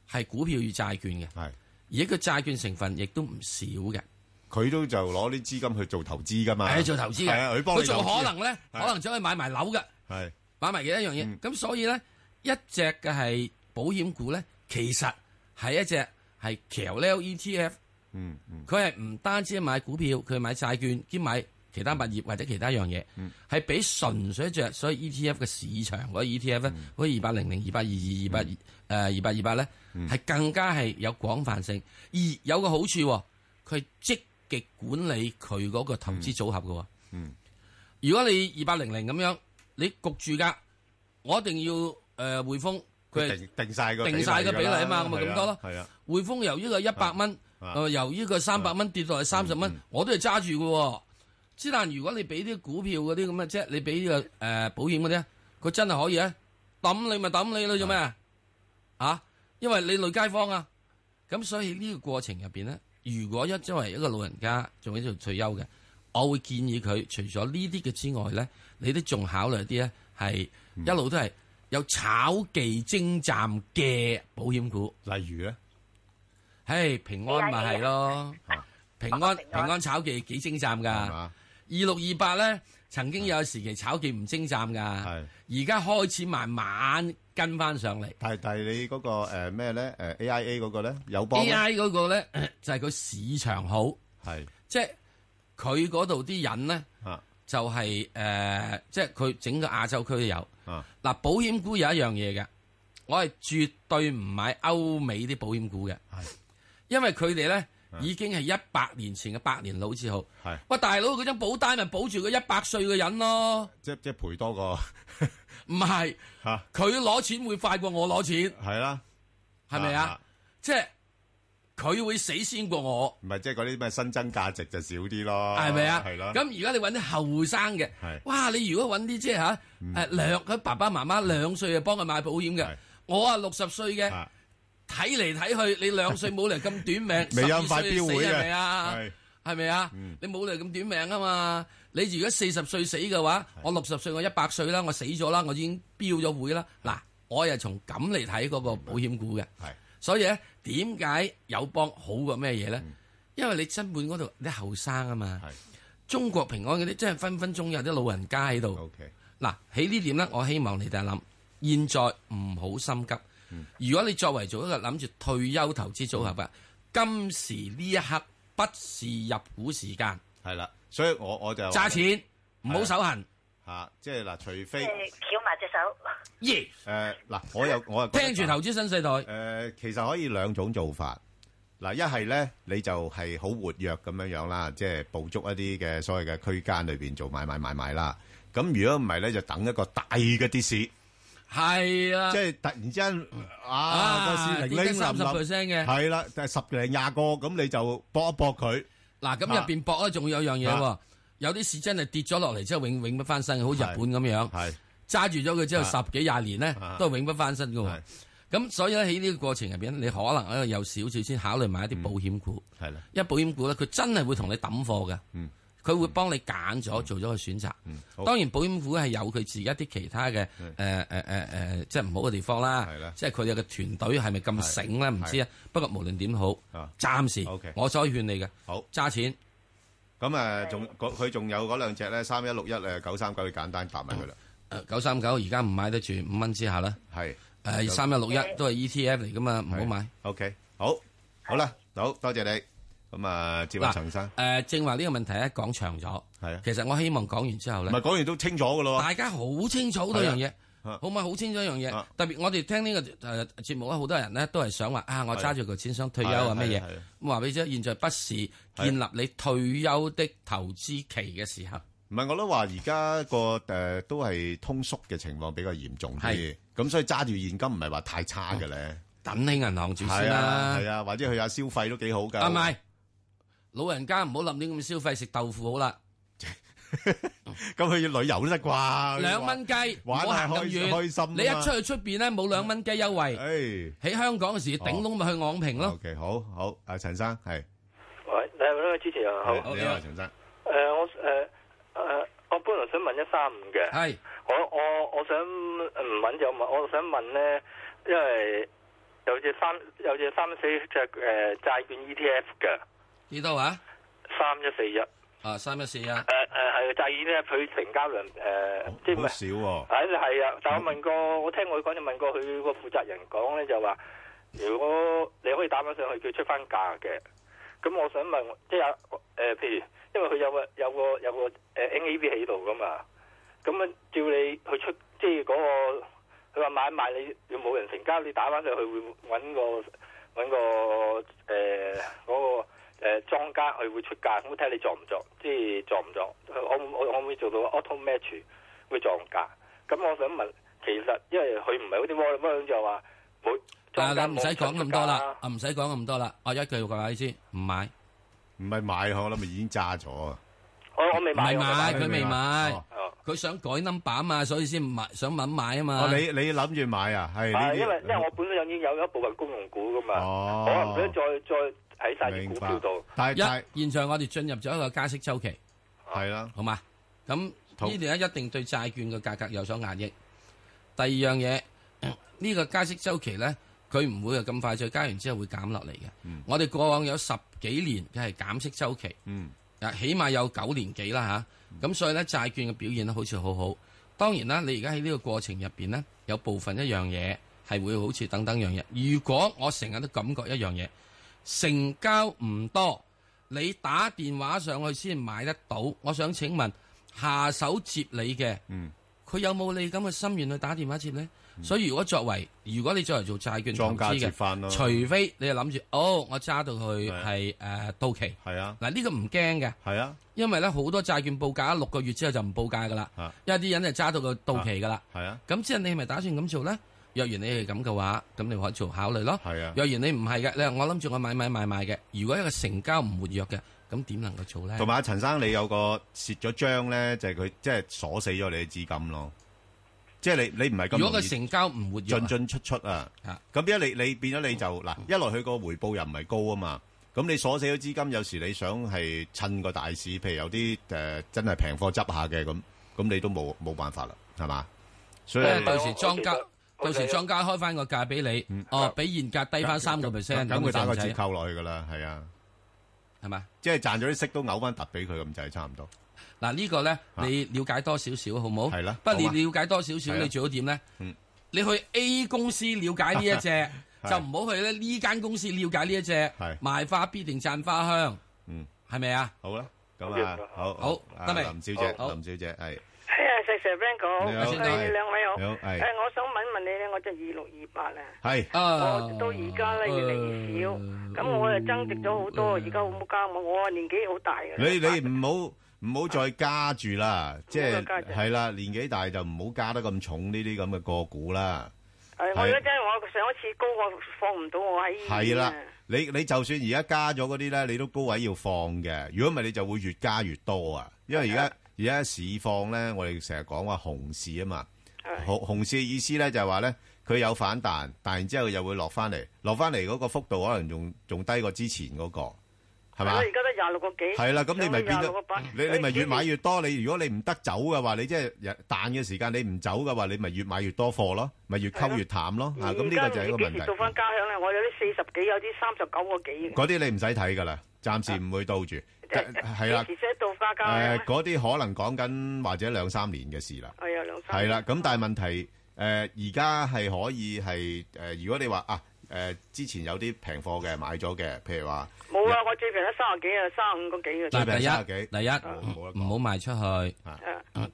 係股票與債券嘅，而家個債券成分亦都唔少嘅。佢都就攞啲資金去做投資噶嘛，係做投資係啊，嘅，佢幫你仲投資可能咧，可能將佢買埋樓嘅，係嗯買埋其他樣嘢。咁所以咧，一隻嘅係保險股咧，其實係一隻係橋 l ETF，嗯嗯，佢係唔單止買股票，佢買債券兼買其他物嗯業或者其他樣嘢，係比純粹一隻所謂 ETF 嘅市場嗰個 E ETF 咧，嗯好似二八零零、二八二二、二八誒二八二八咧，嗯係更加係有廣泛性，而有個好處喎，佢積極管理佢嗰個投資組合嘅喎。嗯如果你二八零零咁樣，你焗住噶，我一定要誒、呃、匯豐，佢係定定晒個定晒個㗎比例啊嘛，啦咁咪係咁啊多咯。係啊，匯豐由呢個一百蚊，啊嗯呃由呢個三百蚊跌落去三十蚊，我都係揸住嘅喎。之但如果你俾啲股票嗰啲咁嘅，即係你俾呢個誒呃保險嗰啲，佢真係可以啊，抌你咪抌你咯，做咩啊？啊，因為你累街坊啊。咁所以呢個過程入邊咧，如果一作為一個老人家仲喺度退休嘅，我會建議佢除咗呢啲嘅之外咧，你都仲考慮啲咧係一路都係有炒技精湛嘅保險股，例如咧，唉平安咪係咯，哦平安平安炒技幾精湛㗎，二六二八咧曾經有時期炒技唔精湛㗎，而家開始慢慢跟翻上嚟。但係但係你嗰個誒咩咧誒 AIA 嗰個咧有幫咧 A.I. 嗰個咧就係佢市場好，係啊即係佢嗰度啲人咧就係誒，即係佢整個亞洲區都有。啊嗱，保險股有一樣嘢嘅，我係絕對唔買歐美啲保險股嘅，因為佢哋咧已經係一百年前嘅百年老字號。啊係喂，大佬嗰張保單咪保住個一百歲嘅人咯，即即係賠多個 [LAUGHS] 唔係嚇佢攞錢會快過我攞錢，係啦，係咪啊？即係佢會死先過我。唔係即係嗰啲咩新增價值就少啲咯，係咪啊？係啦，咁而家你揾啲後生嘅係，哇！你如果揾啲即係嚇嗯誒兩佢爸爸媽媽兩歲就幫佢買保險嘅，我啊六十歲嘅，睇嚟睇去你兩歲冇嚟咁短命， [LAUGHS] 未12有咁快歲就標死會係嘅咪啊係？係咪啊？你冇嚟咁短命啊嘛！你如果四十歲死嘅話，我六十歲我一百歲啦，我死咗啦，我已經標咗會啦。嗱，我又從咁嚟睇嗰個保險股嘅，所以咧點解友邦好過咩嘢咧？因為你根本嗰度啲後生啊嘛，中國平安嗰啲真係分分鐘有啲老人家喺度。嗱喺呢點咧，我希望你哋諗，現在唔好心急。如果你作為做一個諗住退休投資組合啊，今時呢一刻不是入股時間，係啦，所以我我就啊揸錢唔好手痕。嚇，即係嗱，除 [LAUGHS] 非。翹埋隻手。耶！誒嗱，我又我又 [LAUGHS] 聽住投資新世代誒，其實可以兩種做法。嗱，一係咧你就係好活躍咁樣樣啦，即係捕捉一啲嘅所謂嘅區間裏邊做買買買買啦。咁如果唔係咧，就等一個大嘅跌市，係啦，即係突然之間啊啊個市零跌零得冧冧30%嘅係啦，但係十零廿個咁你就搏一搏佢。嗱咁入邊搏咧，仲有樣嘢喎啊，哦有啲市真係跌咗落嚟之後永永不翻身嘅，好似日本咁樣，揸住咗佢之後啊十幾廿年咧啊都係永不翻身嘅喎。咁所以咧喺呢個過程入邊，你可能咧有少少先考慮買一啲保險股，嗯係啦，嗯因為保險股咧佢真係會同你揼貨嘅，佢會幫你揀咗做咗個選擇。好嗯當然保險股係有佢自己一啲其他嘅誒誒誒誒，即係唔好嘅地方啦，即係佢哋嘅團隊係咪咁醒咧？唔知啊。不過無論點好，暫時我所勸你嘅，啊好揸錢。咁誒，仲嗰佢仲有嗰兩隻咧，三一六一誒九三九，你簡單答埋佢啦。誒呃九三九而家唔買得住，五蚊之下啦。係誒三一六一都係 ETF 嚟噶嘛，唔好買。 OK，好，好啦，好多謝你。咁啊，接下嗱陳生，誒呃正話呢個問題咧講長咗，係啊，其實我希望講完之後唔咧，係講完都清楚噶咯啊喎。大家好清楚好多樣嘢。好嘛，好清楚一樣啊嘢，特別我哋聽呢個誒節目咧，啊好多人咧都係想話啊，我揸住個錢想退休啊係乜嘢係係，咁話俾你知，現在不是建立你退休的投資期嘅時候。唔係，我都話而家個誒都係通縮嘅情況比較嚴重啲係，咁所以揸住現金唔係話太差嘅咧。等喺銀行住先係啊啦，係啊，或者去下消費都幾好㗎。啊唔係，老人家唔好諗啲咁嘅消費，食豆腐好啦。咁去旅遊都得啩？兩蚊雞，唔玩好下行咁開遠。開心啊嘛你一出去出邊咧，冇兩蚊雞優惠。喺香港嗰時，頂窿咪去昂平咯。 OK，好好，阿陳生係，喂，兩位主持人好。你好，陳生。誒、我誒誒、我本來來想問一三五嘅，係我我我想唔問就問，我想問咧，因為有隻三有隻三四隻誒債券 ETF 嘅呢度啊？三一四一，誒啊，三一四一，誒係債券咧，佢成交量誒、呃即係好少喎。係係啊，但我問過，我聽我講就問過佢個負責人講咧，就話如果你可以打翻上去，佢出翻價嘅。咁我想問，即係誒、呃譬如因為佢有個有個有個誒 NAV 喺度噶嘛，咁啊照你佢出即係嗰、個，佢話買一買你，要冇人成交，你打翻上去會揾個揾個誒嗰、個。誒莊家佢會出價，咁睇你撞唔撞，即係撞唔撞，可唔可可唔可以做到 auto match 會撞價？咁我想問，其實因為佢唔係好似 w a l l e 就話每啊，莊家你唔使講咁多啦，啊，唔使講咁多啦，我一句話你知，唔買，唔係買，我諗已經揸咗啊。我我未唔係買，買，佢未買哦，佢想改 number 啊嘛，所以先買，想揾買啊嘛。哦，你你諗住買啊？係呢係因為因為啲。我本身已經有一部分公用股噶嘛，哦我唔想再再喺晒啲股票度。但係一現在我哋進入咗一個加息周期，係啦，好嘛？咁呢段咧一定對債券嘅價格有所壓抑。第二樣嘢， [CLEARS THROAT] 呢、個加息周期咧，佢唔會係咁快，再加完之後會減落嚟嘅。嗯我哋過往有十幾年嘅係減息周期，嗯，啊，起碼有九年幾啦吓，咁、所以咧，債券嘅表現咧好似好好。當然啦，你而家喺呢個過程入邊咧，有部分一樣嘢係會好似等等樣嘢。如果我成日都感覺一樣嘢，成交唔多，你打電話上去先買得到。我想請問下手接你嘅，嗯，佢有冇你咁嘅心願去打電話接呢？所以如果作為，如果你作為做債券投莊家資接返咯嘅，除非你係諗住，哦，我揸到佢係誒到期，係啊，嗱呢個唔驚嘅，係啊，因為咧好多債券報價六個月之後就唔報價噶啦，因為啲人就揸到個到期噶啦，係啊，咁即係你係咪打算咁做咧？若然你係咁嘅話，咁你可以做考慮咯。係啊若然你唔係嘅，你話我諗住我買買買買嘅，如果一個成交唔活躍嘅，咁點能夠做咧？同埋阿陳生，你有個蝕咗張咧，就係佢即係鎖死咗你嘅資金咯。即係你你唔係咁。如果個成交唔活躍進啊，哦進出出啊。咁一你你變咗你就嗱，一來佢個回報又唔係高啊嘛。咁你鎖死咗資金，有時你想係趁個大市，譬如有啲誒、呃真係平貨執下嘅咁，咁你都冇冇辦法啦，係嘛？所以因為到時莊家到時莊家開翻個價俾嗯你，哦，比現價低翻三個 percent，等嗯佢打個就唔使折扣落去噶啦，係啊，係嘛？即係賺咗啲息都嘔翻突俾佢咁就係差唔多。嗱呢個咧，你了解多少少好冇？係啦，不過你好啊了解多少少，係啊你最好點咧嗯？你去 A 公司了解呢一 [LAUGHS] 隻，係就唔好去咧呢間公司了解呢一隻。賣花必定讚花香，嗯，係咪啊？好啦，咁啊，好好啊得未林小姐，好林小姐係係啊，石 Sir Ben 好，你好誒你兩位好。你好係誒，我想問一問你咧，我就二六二八啊，係我到而家咧越嚟越少，咁我就增值咗好多，而家好冇加我，我年紀好大嘅。嗯你你唔好唔好再加住啦，即係唔好再加住係啦，年紀大就唔好加得咁重呢啲咁嘅個股啦。係我而家真係我上一次高我放唔到我喺醫係院啦啊，你你就算而家加咗嗰啲咧，你都高位要放嘅。如果唔係，你就會越加越多啊。因為而家而家市況咧，我哋成日講話熊市啊嘛。熊熊市嘅意思咧就係話咧，佢有反彈，但然之後又會落翻嚟，落翻嚟嗰個幅度可能仲仲低過之前嗰個，係我嘛？而家都廿六個幾。係啦，咁你咪變咗上到廿六個八，你你咪越買越多。你如果你唔得走嘅話，你即係日彈嘅時間你唔走嘅話，你咪越買越多貨咯，咪越溝越淡咯。啊，咁呢個就係一個問而家唔知幾時題到。翻家鄉咧？我有啲四十幾，有啲三十九個幾嘅。嗰啲你唔使睇噶啦，暫時唔會到啊住。係啦幾，時先到家家鄉誒咧？嗰啲可能講緊或者兩三年嘅事啦。係啊，兩三。係啦，咁但係問題誒，而家係可以係誒，如果你話啊誒，之前有啲平貨嘅買咗嘅，譬如話冇啊！我最平得三十幾啊，三十五個幾嘅。嗱，第卅一，第一唔好賣出去。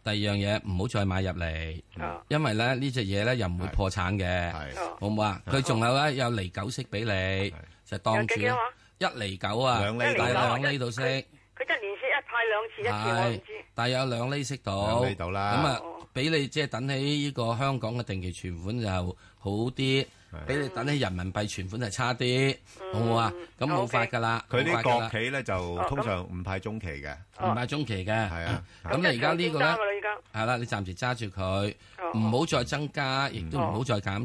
第二樣嘢唔好再買入嚟啊，因為咧呢只嘢咧又唔會破產嘅，好唔好啊？佢仲有咧有厘九息俾你，就當住有幾多啊一厘九啊，兩厘九但係兩厘到息。佢一年先一派兩次，一次我唔係知。，但有兩厘息到，兩厘到啦咁啊，俾你即係等喺呢個香港嘅定期存款就好啲，俾你等喺人民幣存款就差啲，好唔好啊？咁冇法㗎啦，佢啲冇法㗎啦國企咧就通常唔派中期嘅，唔買中期嘅，係啊。咁你而家呢個咧咁就長線揸㗎啦而家，係啦，你暫時揸住佢哦，唔好再增加，亦都唔好再減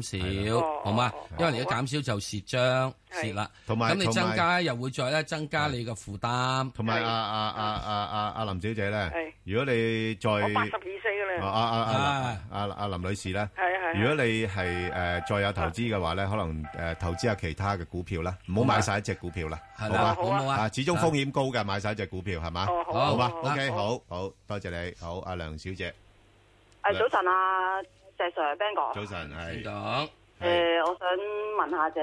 哦少，好嘛？因為你而家減少就蝕張蝕啦，同埋咁你增加又會再咧增加你嘅負擔，啊同埋阿阿阿阿阿阿林小姐咧，如果你再我八十二歲噶啊啦，啊啊啊啊啊林女士咧，係啊係啊如果你係誒再有投資嘅話咧，可能誒投資下其他嘅股票啦，唔好買晒一隻股票啦，係好啦嘛？好啊好啊始終風險高嘅，買晒一隻股票係嘛？哦好啊好嘛好啊？OK，好好好多謝你，好阿梁小姐，誒早晨啊，石 Sir、Ben 哥。早晨係，誒，我想問下隻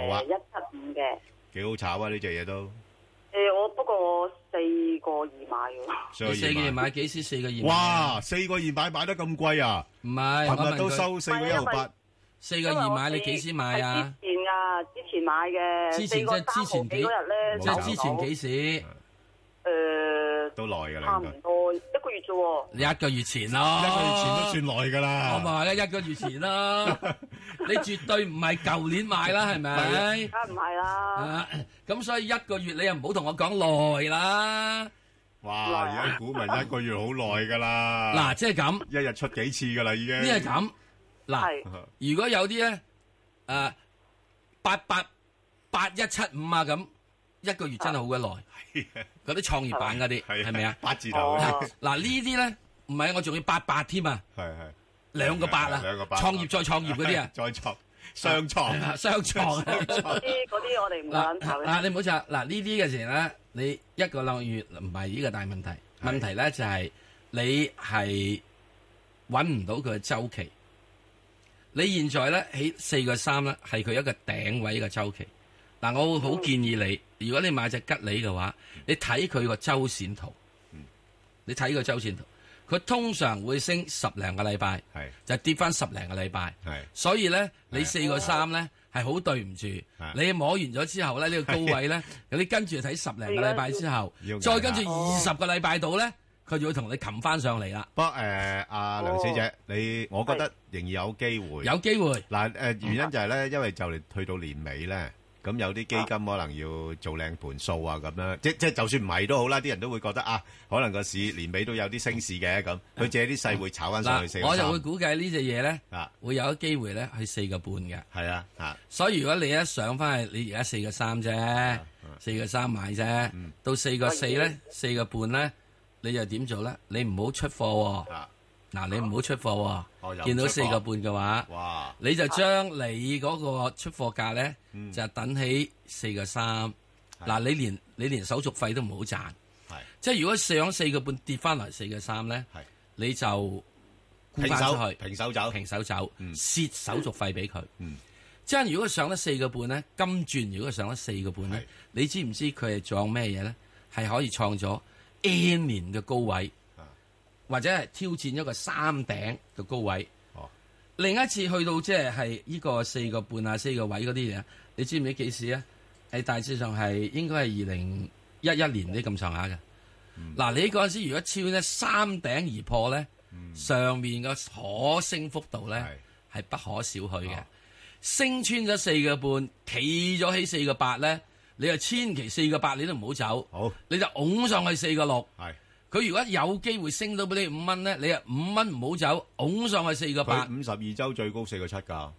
好啊誒一七五嘅，幾好炒啊呢隻嘢都，誒我不過我四個二買喎。所以你四個二要買幾時四個二？哇，四個二買買得咁貴啊！唔係我琴問日都佢收四個一毫八，四個二買你幾時買啊？之前啊，之前買嘅，之前即四個係三之毫前幾幾，嗰日咧，即係之前幾時？誒都耐㗎差唔多一個月啫喎。你一個月前咯，一個月前都算耐㗎啦我咪話咧一個月 [LAUGHS] 前啦，你絕對唔係舊年買啦，係咪？啊梗唔係 [LAUGHS] 啦，啊，咁所以一個月你又唔好同我講耐啦。哇！而家股民一個月好耐㗎啦，嗱即係咁，一日出幾次㗎啦已經，呢係咁嗱，如果有啲咧，誒八八八一七五啊咁，一個月真係好鬼耐，嗰啲創業板嗰啲係咪啊？啊八字頭嘅嗱嗱呢啲咧，唔係我仲要八八添啊，係係兩個八啊，兩個八，創業再創業嗰啲 [LAUGHS] 啊再創雙 [LAUGHS] 創雙創哦嗰啲嗰啲我哋唔嗱敢投嘅。嗱，你唔好就嗱呢啲嘅時咧，你一個兩個月唔係呢個大問題，問題咧就係你係揾唔到佢嘅周期。你現在咧喺四個三咧，係佢一個頂位嘅周期。嗱，我會好建議你，如果你買只吉利嘅話，你睇佢個周線圖，嗯你睇佢周線圖，佢通常會升十零個禮拜，就跌翻十零個禮拜。所以咧，你四個三咧係好對唔住，你摸完咗之後咧，呢、個高 [LAUGHS] 位咧，你跟住睇十零個禮拜之後要，再跟住捱二十個禮拜度咧，佢就會同你擒翻上嚟啦。不過誒，阿梁小姐，你我覺得仍然有機會，有機會嗱誒，原因就係咧，因為就嚟去到年尾咧，咁有啲基金可能要做靚盤數啊，咁樣即即就算唔係都好啦，啲人都會覺得啊，可能個市年尾都有啲升市嘅咁，佢借啲細會炒翻上去四嗱，個我就會三，估計呢只嘢咧啊，會有機會咧去四個半嘅。係啊，啊，所以如果你一上翻去，你而家四個三啫，啊四個三買啫，嗯到四個四咧，四個半咧，你又點做咧？你唔好出貨喎。嗱，你唔好出貨啊哦又喎。唔見到出四貨個半嘅話，哇！嗯你就將你嗰個出貨價咧，就等起四個三。嗱，你連你連手續費都唔好賺。係，即係如果上四個半跌翻嚟四個三咧，你就沽平返手出去，平手走，嗯平手走，蝕手續費俾佢。即係如果上得四個半咧，金轉如果上得四個半咧，你知唔知佢係撞咩嘢咧？係可以創咗 N 年嘅高位，啊或者係挑戰一個三頂嘅高位。哦另一次去到即係係呢個四個半啊，四個位嗰啲嘢，你知唔知幾時啊？係大致上係應該係二零一一年啲咁上下嘅。嗯嗱、你嗰陣時如果超咧三頂而破咧，嗯上面嘅可升幅度咧係不可小覷哦嘅。升穿咗四個半，企咗起四個八咧，你就千祈四個八你都唔好走，好你就拱上去四個六。係佢如果有機會升到俾你五蚊咧，你啊五蚊唔好走，拱上去四個八佢，五十二週最高四個七㗎，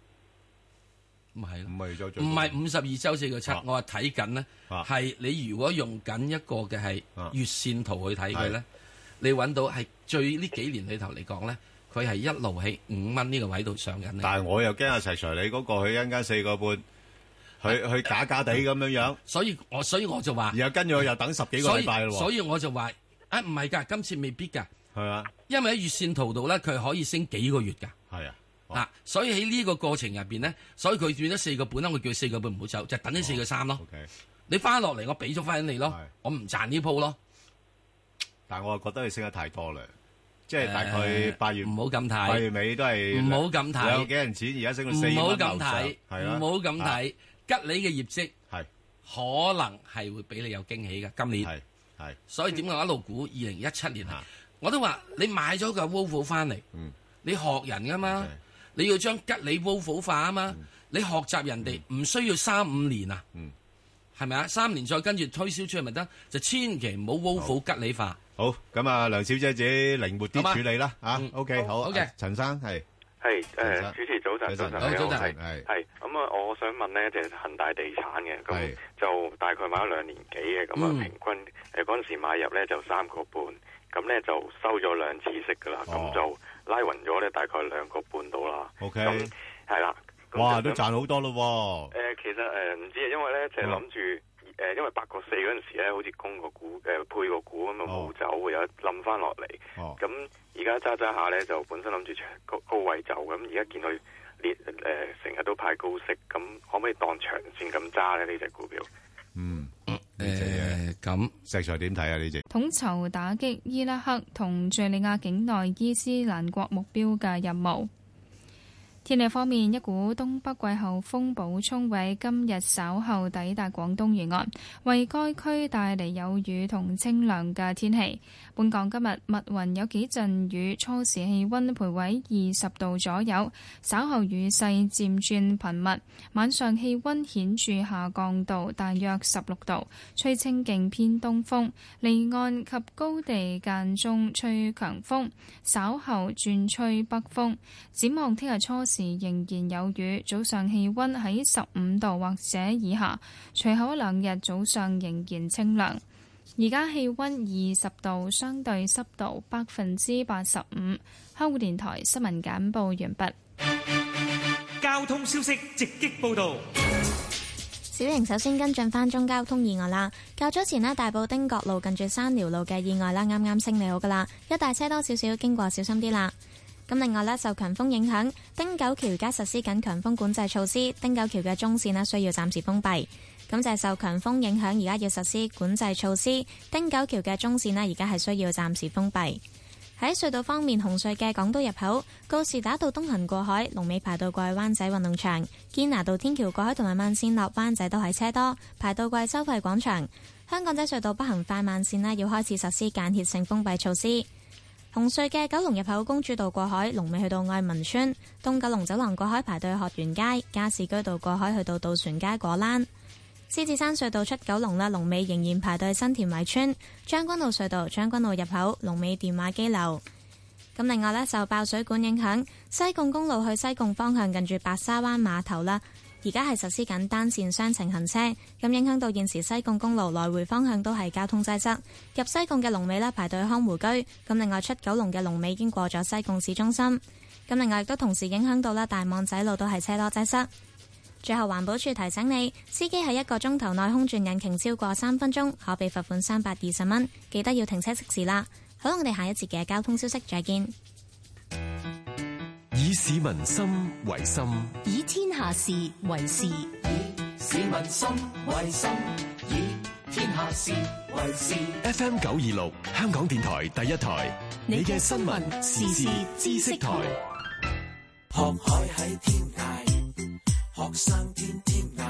唔係唔係週最唔高係五十二周四個啊七，我話睇緊咧，係你如果用緊一個嘅係月線圖去睇佢咧啊係，你揾到係最呢幾年裏頭嚟講咧，佢係一路喺五蚊呢個位度上緊咧。但係我又驚阿石 Sir 你嗰個佢一陣間四個半，佢佢假假地咁樣樣，所以我所以我就話，然後跟住我又等十幾個所以禮拜咯喎，所以我就話啊，唔係㗎，今次未必㗎，係啊，因為喺月線圖度咧，佢可以升幾個月㗎。係啊，啊，所以喺呢個過程入邊咧，所以佢轉咗四個半啦，我叫佢四個半唔好走，就等呢四個三哦咯。你翻落嚟，我俾咗翻你咯，我唔賺呢鋪咯。但我又覺得佢升得太多啦，即係大概誒八月唔好咁睇八月尾都係唔好咁睇兩幾人錢，而家升到四唔好蚊咁樓上睇，係啦唔好咁睇。吉利嘅業績係可能係會俾你有驚喜嘅，今年係係。所以點解我一路估二零一七年係？我都話你買咗個 Volvo 翻嚟，你學人噶嘛？你要將吉利 Volvo 化啊嘛？你學習人哋唔需要三五年啊？係咪啊？三年再跟住推銷出去咪得？就千祈唔好 Volvo 吉利化。好咁啊，梁小姐自己靈活好嘛啲處理啦嚇。OK，好好嘅啊陳生係係陳誒，生主持早早晨，早晨晨，好你好，早晨係係係咁啊！我想問咧，就係恒大地產嘅，咁就大概買咗兩年幾嘅，咁啊嗯平均誒嗰陣時買入咧就三個半，咁咧就收咗兩次息噶啦，咁、哦就拉勻咗咧大概兩個半到啦。 OK，咁係啦，哇，都賺好多咯誒、呃其實誒唔、知啊，因為咧就係諗住誒，因為八個四嗰陣時咧，好似供個股誒、配個股咁啊冇走，有冧翻落嚟。哦咁而家揸揸下咧，就本身諗住長高高位走，咁而家見佢連誒成日都派高息，咁可唔可以當長線咁揸咧呢只股票？嗯，誒咁石 Sir 點睇啊？呢只統籌打擊伊拉克同敘利亞境內伊斯蘭國目標嘅任務。天氣方面，一股東北季候風補充位今日稍後抵達廣東沿岸，為該區帶嚟有雨同清涼嘅天氣。本港今日密雲有幾陣雨，初時氣温徘徊二十度左右，稍後雨勢漸轉頻密，晚上氣温顯著下降到大約十六度，吹清勁偏東風，離岸及高地間中吹強風，稍後轉吹北風。展望聽日初時仍然有雨，早上氣温喺十五度或者以下。隨後一兩日早上仍然清涼。而家氣温二十度，相對濕度百分之八十五。香港電台新聞簡報完畢。交通消息直擊報道。小瑩首先跟進返中交通意外啦。較早前呢，大埔汀角路近住山寮路嘅意外啦，啱啱清理好噶啦，一大車多少少經過，小心啲啦。咁另外呢，受強風影響，汀九橋而家實施緊強風管制措施，汀九橋嘅中線呢需要暫時封閉。咁就係受強風影響，而家要實施管制措施，汀九橋嘅中線呢而家係需要暫時封閉。喺隧道方面，紅隧嘅港島入口、告士打道東行過海、龍尾排到過去灣仔運動場、堅拿道天橋過海同埋慢線落灣仔都係車多，排到過去收費廣場。香港仔隧道北行快慢線呢，要開始實施間歇性封閉措施。紅隧嘅九龍入口公主道過海，龍尾去到愛民村；東九龍走廊過海排到去學園街，加士居道過海去到渡船街果欄。獅子山隧道出九龍啦，龍尾仍然排到去新田圍村；將軍澳隧道將軍澳入口，龍尾電話機樓。咁另外呢，受爆水管影響，西貢公路去西貢方向近住白沙灣碼頭啦，而家係實施緊單線雙程行車，咁影響到現時西貢公路來回方向都係交通擠塞。入西貢嘅龍尾呢，排隊康湖居，咁另外出九龍嘅龍尾已經過咗西貢市中心。咁另外亦都同時影響到啦，大網仔路都係車多擠塞。最後，環保署提醒你，司機喺一個鐘頭內空轉引擎超過三分鐘，可被罰款三百二十蚊。記得要停車熄匙啦。好啦，我哋下一節嘅交通消息再見。以市民心為心，以天下事為事，市民心為心，以天下事為事。 FM 九二六，香港電台第一台，你嘅新聞時事知識台。學海喺天學生天天嗌，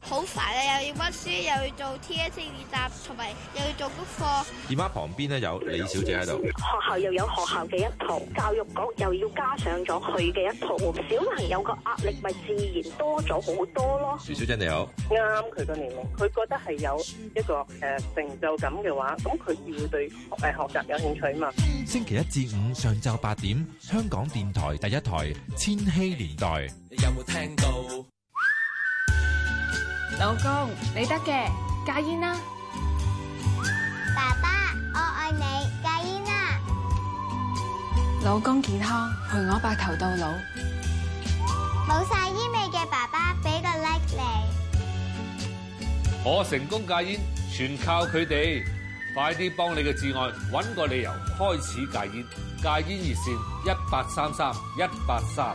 好煩啊！又要温書，又要做 TSA 練習，同埋又要做功課。電話旁邊咧有李小姐喺度。學校又有學校嘅一套，教育局又要加上咗佢嘅一套，小朋友個壓力咪自然多咗好多咯。徐小姐你好，啱佢個年齡，佢覺得係有一個誒、成就感嘅話，咁佢要對誒學習有興趣嘛。星期一至五上晝八點，香港電台第一台《千禧年代》。你有冇聽到？老公，你得嘅，戒煙啦。爸爸，我愛你，戒煙啦！老公健康，陪我白頭到老。冇晒煙味嘅爸爸，俾個 like 你。我成功戒煙全靠佢哋，快啲幫你嘅摯愛揾個理由開始戒煙。戒煙熱線一八三三一八三。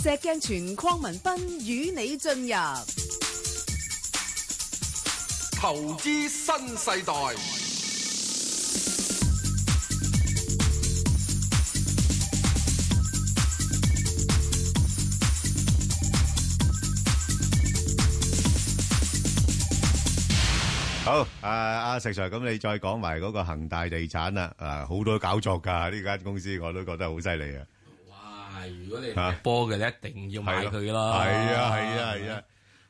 石鏡泉鄺民彬與你進入投資新世代，好，啊阿石 Sir，咁你再講埋嗰個恒大地產啦，啊好多搞作㗎呢間公司，我都覺得好犀利啊！哇！如果你啊踢波嘅，你一定要買佢啦。係啊係啊係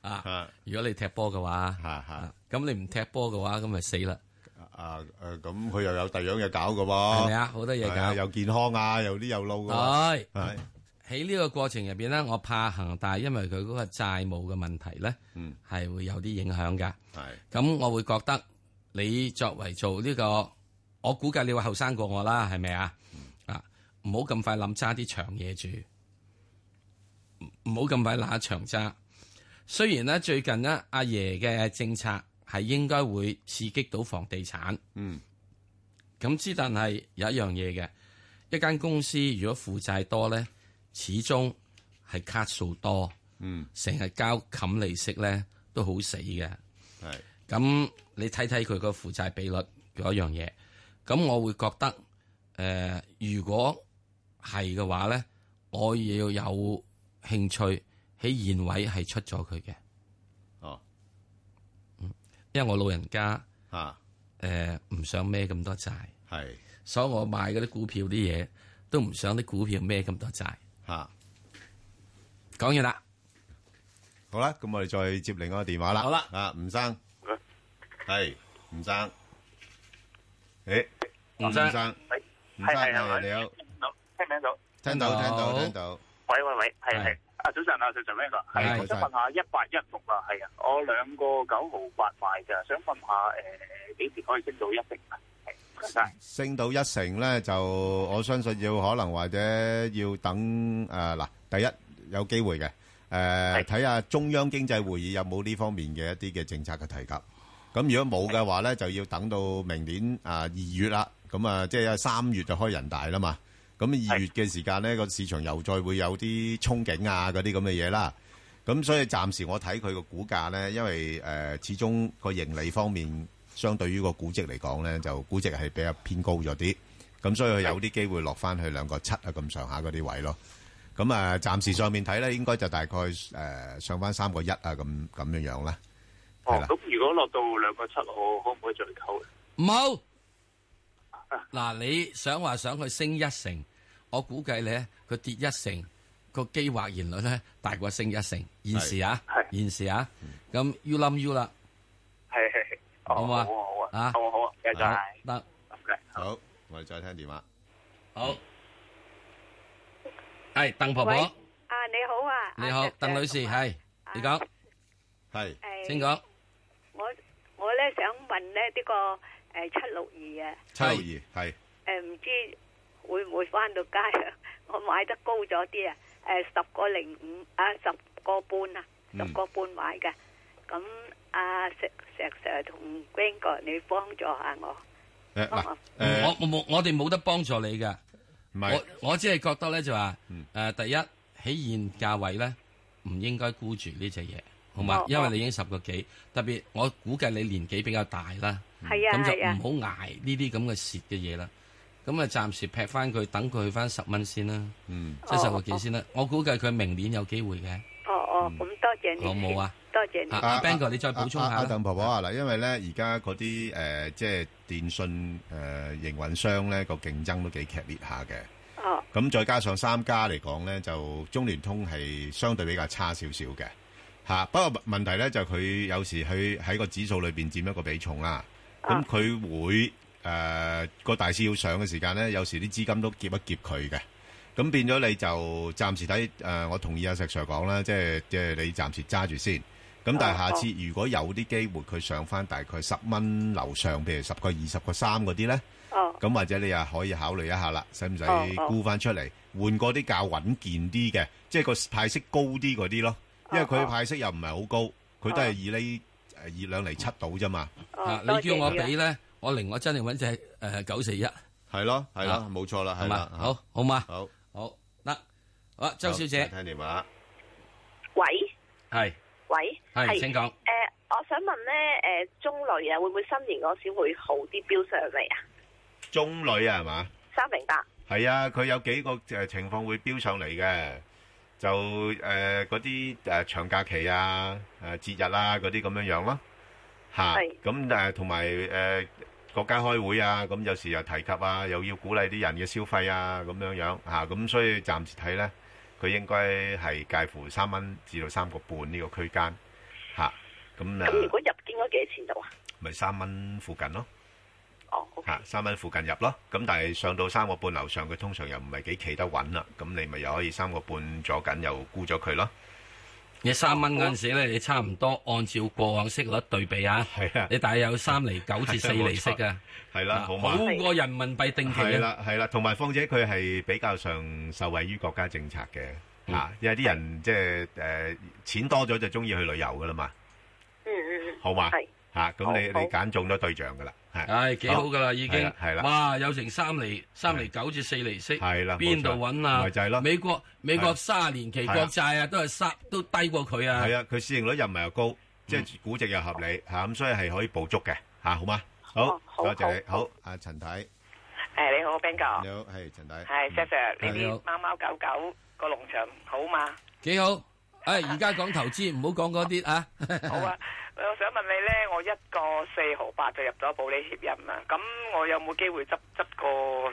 啊啊！如果你踢波嘅話，啊咁你唔踢波嘅話，咁咪死啦。啊誒，咁佢又有第二樣嘢搞㗎喎，係咪啊？好多嘢係啊搞。有健康啊，有啲有路㗎喎，係係喺呢個過程入邊咧，我怕恒大因為佢嗰個債務嘅問題咧，係、嗯會有啲影響㗎。咁我會覺得你作為做呢、個，我估計你會後生過我啦，係咪啊？啊，唔好咁快諗揸啲長嘢住，唔唔好咁快揦長揸。雖然咧最近咧阿爺嘅政策係應該會刺激到房地產，嗯，咁之但係有一樣嘢嘅，一間公司如果負債多咧，始終係卡數多，嗯，成日交冚利息咧都好死嘅，係。咁你睇睇佢個負債比率嗰樣嘢，咁我會覺得誒、呃如果係嘅話咧，我要有興趣喺現位係出咗佢嘅。嗯哦，因為我老人家啊，誒唔想孭咁多債，係，所以我買嗰啲股票啲嘢都唔想啲股票孭咁多債。吓，講完啦，好啦，咁我哋再接另外一個電話啦。好啦，啊，吳生，係吳生，誒，吳生生，吳係係生，係你好，聽唔聽到？聽到聽哦到聽到，喂喂喂，係係啊，早晨啊，早晨邊個？係係，我想問下一八一六啊，係啊，我兩個九毫八賣㗎，想問下誒幾時可以升到一成啊？升到一成咧，就我相信要可能或者要等誒呃嗱、第一有機會嘅誒，睇、下中央經濟會議有冇呢方面嘅一啲嘅政策嘅提及。咁如果冇嘅話咧，就要等到明年啊二月啦，咁啊即係三月就開人大啦嘛。咁二月嘅時間咧，個市場又再會有啲憧憬啊嗰啲咁嘅嘢啦。咁所以暫時我睇佢個股價咧，因為誒、呃始終個盈利方面，相對於個估值嚟講咧，就估值係比較偏高咗啲。咁所以佢有啲機會落翻去兩個七啊咁上下嗰啲位咯。咁啊、呃暫時上面睇咧，應該就大概誒、呃上翻三個一啊咁咁樣樣啦。哦係啦，咁如果落到兩個七號，可唔可以再溝？唔好。嗱，你想話想佢升一成，我估計咧佢跌一成個機或然率咧大過升一成。現時啊，現時啊，咁 U 冧 U 啦，係係係，好唔好啊？好啊啊，好啊好啊，唔該曬。得，好，我哋再聽電話。好，係鄧婆喂婆，啊，你好啊，你好，鄧女士，係你講，係誒請講，我我咧想問咧呢個誒七六二啊，七六二係誒唔知會唔會翻到 [LAUGHS] 家啊？我買得高咗啲啊，誒十個零五啊，十個半啊，十嗯個半買嘅。咁啊石石 Sir 同 Green 哥，你幫助下我。誒嗱，啊我我冇我哋冇得幫助你噶，係我我只係覺得咧就話，嗯誒第一喺現價位咧唔應該沽住呢只嘢，好嘛哦？因為哦你已經十個幾，特別我估計你年紀比較大啦，係啊咁就係啊唔好捱呢啲咁嘅蝕嘅嘢啦。咁啊，暫時劈翻佢，等佢去翻十蚊先啦，嗯即係十個幾先啦。我估計佢明年有機會嘅，哦哦，咁多謝你好先，冇啊？多謝你。À, 啊 Ben 哥你再補充下啦阿鄧婆婆啊，嗱，因為咧而家嗰啲誒即係電信誒營運商咧個競爭都幾劇烈下嘅。哦，咁再加上三家嚟講咧，就中聯通係相對比較差少少嘅嚇。不過問題咧就佢有時佢喺個指數裏邊佔一個比重啦。啊咁佢會誒個、大市要上嘅時間咧，有時啲資金都夾一夾佢嘅。咁變咗你就暫時睇誒、呃我同意阿石 Sir 講啦，即係即係你暫時揸住先。咁但啊係下次如果有啲機會佢上翻大概十蚊樓上，譬如十個二十個三嗰啲咧，哦，咁或者你又可以考慮一下啦，使唔使哦哦沽翻出嚟，換嗰啲較穩健啲嘅，即係個派息高啲嗰啲咯。啊因為佢派息又唔係好高，佢都係二厘誒二兩厘七到啫嘛。哦啊，你叫我俾咧，我寧我真係揾只誒九四一，係咯係咯啊，冇錯啦，係係嘛啦，好好嘛，好好得，好周小姐聽電話，喂係喂，係請講誒、我想問咧，誒、中旅啊，會唔會新年嗰時會好啲飆上嚟啊？中旅啊係嘛？三零八，係啊，佢有幾個誒情況會飆上嚟嘅，就誒嗰啲誒長假期啊、誒節日啊嗰啲咁樣樣咯，嚇係。咁誒同埋誒國家開會啊，咁有時又提及啊，又要鼓勵啲人嘅消費啊，咁樣樣嚇。咁所以暫時睇咧，佢應該係介乎三蚊至到三個半呢個區間嚇。咁呃咁如誒果入境嗰幾多錢度啊？咪三蚊附近咯。哦，OK，啊三蚊附近入咯。咁但係上到三個半樓上，佢通常又唔係幾企得穩啦。咁你咪又可以三個半左緊又沽咗佢咯。你三蚊嗰陣時咧，你差唔多按照過往息率對比啊，你大約有三厘九至四厘息啊， [LAUGHS] 係啦，好嘛好過人民幣定期係啊啦，，係啦，同埋況且佢係比較上受惠於國家政策嘅嗯嚇、啊因為啲人即係誒錢多咗就中意去旅遊噶啦嘛，嗯嗯，好嘛係嚇，咁、你好你揀中咗對象噶啦，係，唉幾好噶啦已啊係經啦係，啦，哇有成三厘三厘九至四厘息，係啦，冇邊度錯揾啊？咪就係咯，美國美國係卅年期國係啊債啊，都係三都低過佢啊。係啊，佢市盈率又唔係又高，即係估值又合理嚇，咁、所以係可以捕捉嘅嚇、好嘛？好，多謝你，好，阿陳太，你誒，你好，Ben 哥，好，係陳太，係 Sir Sir，係呢你好啲貓貓狗狗個農場好嘛？幾好。唉，而家講投資，唔好講嗰啲啊。好啊，我想問你咧，我一個四毫八就入咗保利協鑫啦，咁我有冇機會執執個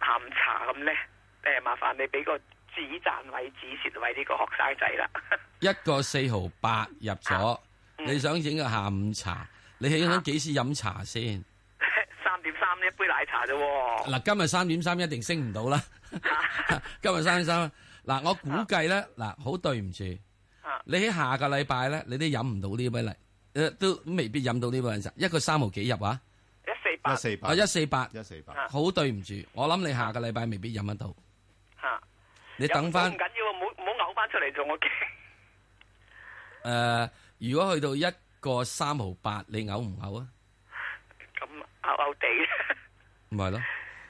下午茶咁咧？誒，麻煩你俾個止賺位、止蝕位呢個學生仔啦。一個四毫八入啊咗，嗯你想整個下午茶？你起想幾時飲茶先？三點三一杯奶茶啫喎，嗱，今日三點三一定升唔到啦。啊 [LAUGHS] 今日三點三，嗱，我估計咧，嗱，好對唔住，啊你喺下個禮拜咧，你都飲唔到呢杯嚟，誒，都未必飲到呢杯奶茶。一個三毫幾入啊？一四八，啊啊，一四八，一四八好對唔住，我諗你下個禮拜未必飲得到。嚇，你等翻唔緊要，唔好唔好嘔翻出嚟做我驚。誒、呃如果去到一個三毫八，你嘔唔嘔啊？咁嘔嘔地。唔係咯，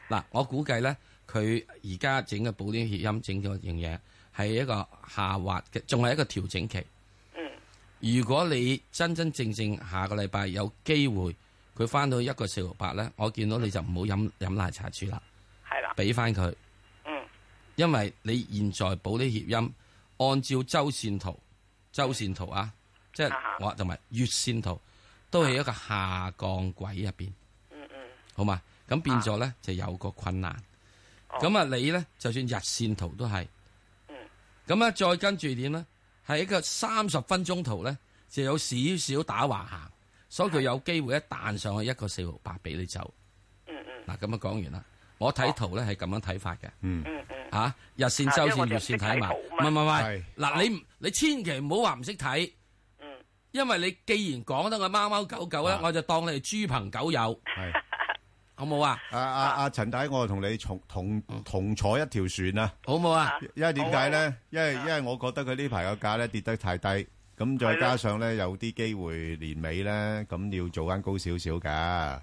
嗱，我估計咧，佢而家整嘅保險協音整咗樣嘢，係一個下滑嘅，仲係一個調整期。嗯，如果你真真正正下個禮拜有機會，佢翻到一個四毫八咧，我見到你就唔好飲飲奶茶住啦，係啦，俾翻佢。嗯，因為你現在保啲協音，按照周線圖、周線圖啊，即係我同埋月線圖，都係一個下降軌入邊。嗯嗯，好嘛？咁啊變咗咧就有個困難。哦咁啊，你咧就算日線圖都係，嗯咁啊再跟住點咧？係一個三十分鐘圖咧，就有少少打橫行，所以佢有機會一彈上去一個四毫八俾你走。嗯嗯，哦嗱，咁啊講完啦。我睇圖咧係咁樣睇法嘅。嗯嗯嗯。嚇，日線、周線、月線睇埋。啊啊唔係唔係唔係係，嗱你唔你千祈唔好話唔識睇。哦嗯。因為你既然講得我貓貓狗狗咧，我就當你係豬朋狗友。啊係。好冇啊？阿阿阿陳太，我同你同同同坐一條船啊，好冇啊？因為點解咧？因為因為我覺得佢呢排個價咧跌得太低，咁再加上咧有啲機會年尾咧，咁要做翻高少少㗎。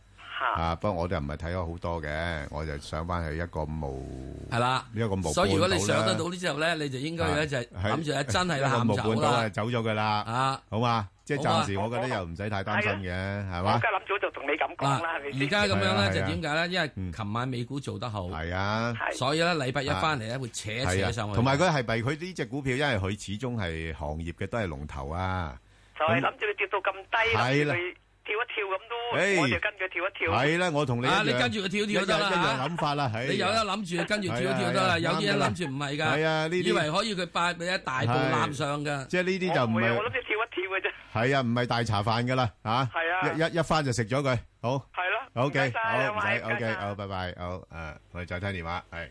啊，不過我就唔係睇咗好多嘅，我就上翻去一個無係啦，一個無。所以如果你上得到呢之後咧，你就應該咧就係諗住咧真係啦，下午走啦。走咗㗎啦。啊，好嘛，即係好啊暫時我覺得又唔使太擔心嘅，係我嘛而？家諗咗就同你咁講啦，係咪而先家咁樣咧係就啊點解咧？因為琴晚美股做得好，係啊，所以咧禮拜一翻嚟咧會扯一係啊扯上去。同埋佢係咪佢呢只股票，因為佢始終係行業嘅都係龍頭啊。就係諗住你跌到咁低，諗係住啦佢跳一跳咁誒都，我就跟佢跳一跳。係啦，我同你一啊樣你跟住佢跳跳得啦一樣一樣嚇諗法啦，係。你有得諗住跟住跳一跳係啊係得啦，啊有啲啱㗎人啦諗住唔係係啊㗎，呢啲以為可以佢八俾一大步係攬上㗎。即係呢啲就唔係我諗住跳一跳嘅啫。係啊，唔係大茶飯噶啦，吓。係啊一一一翻就食咗佢，好。係咯 O K，唔該晒好唔兩使，O 位唔該 K，晒好，拜拜，好。誒，我哋再聽電話，係。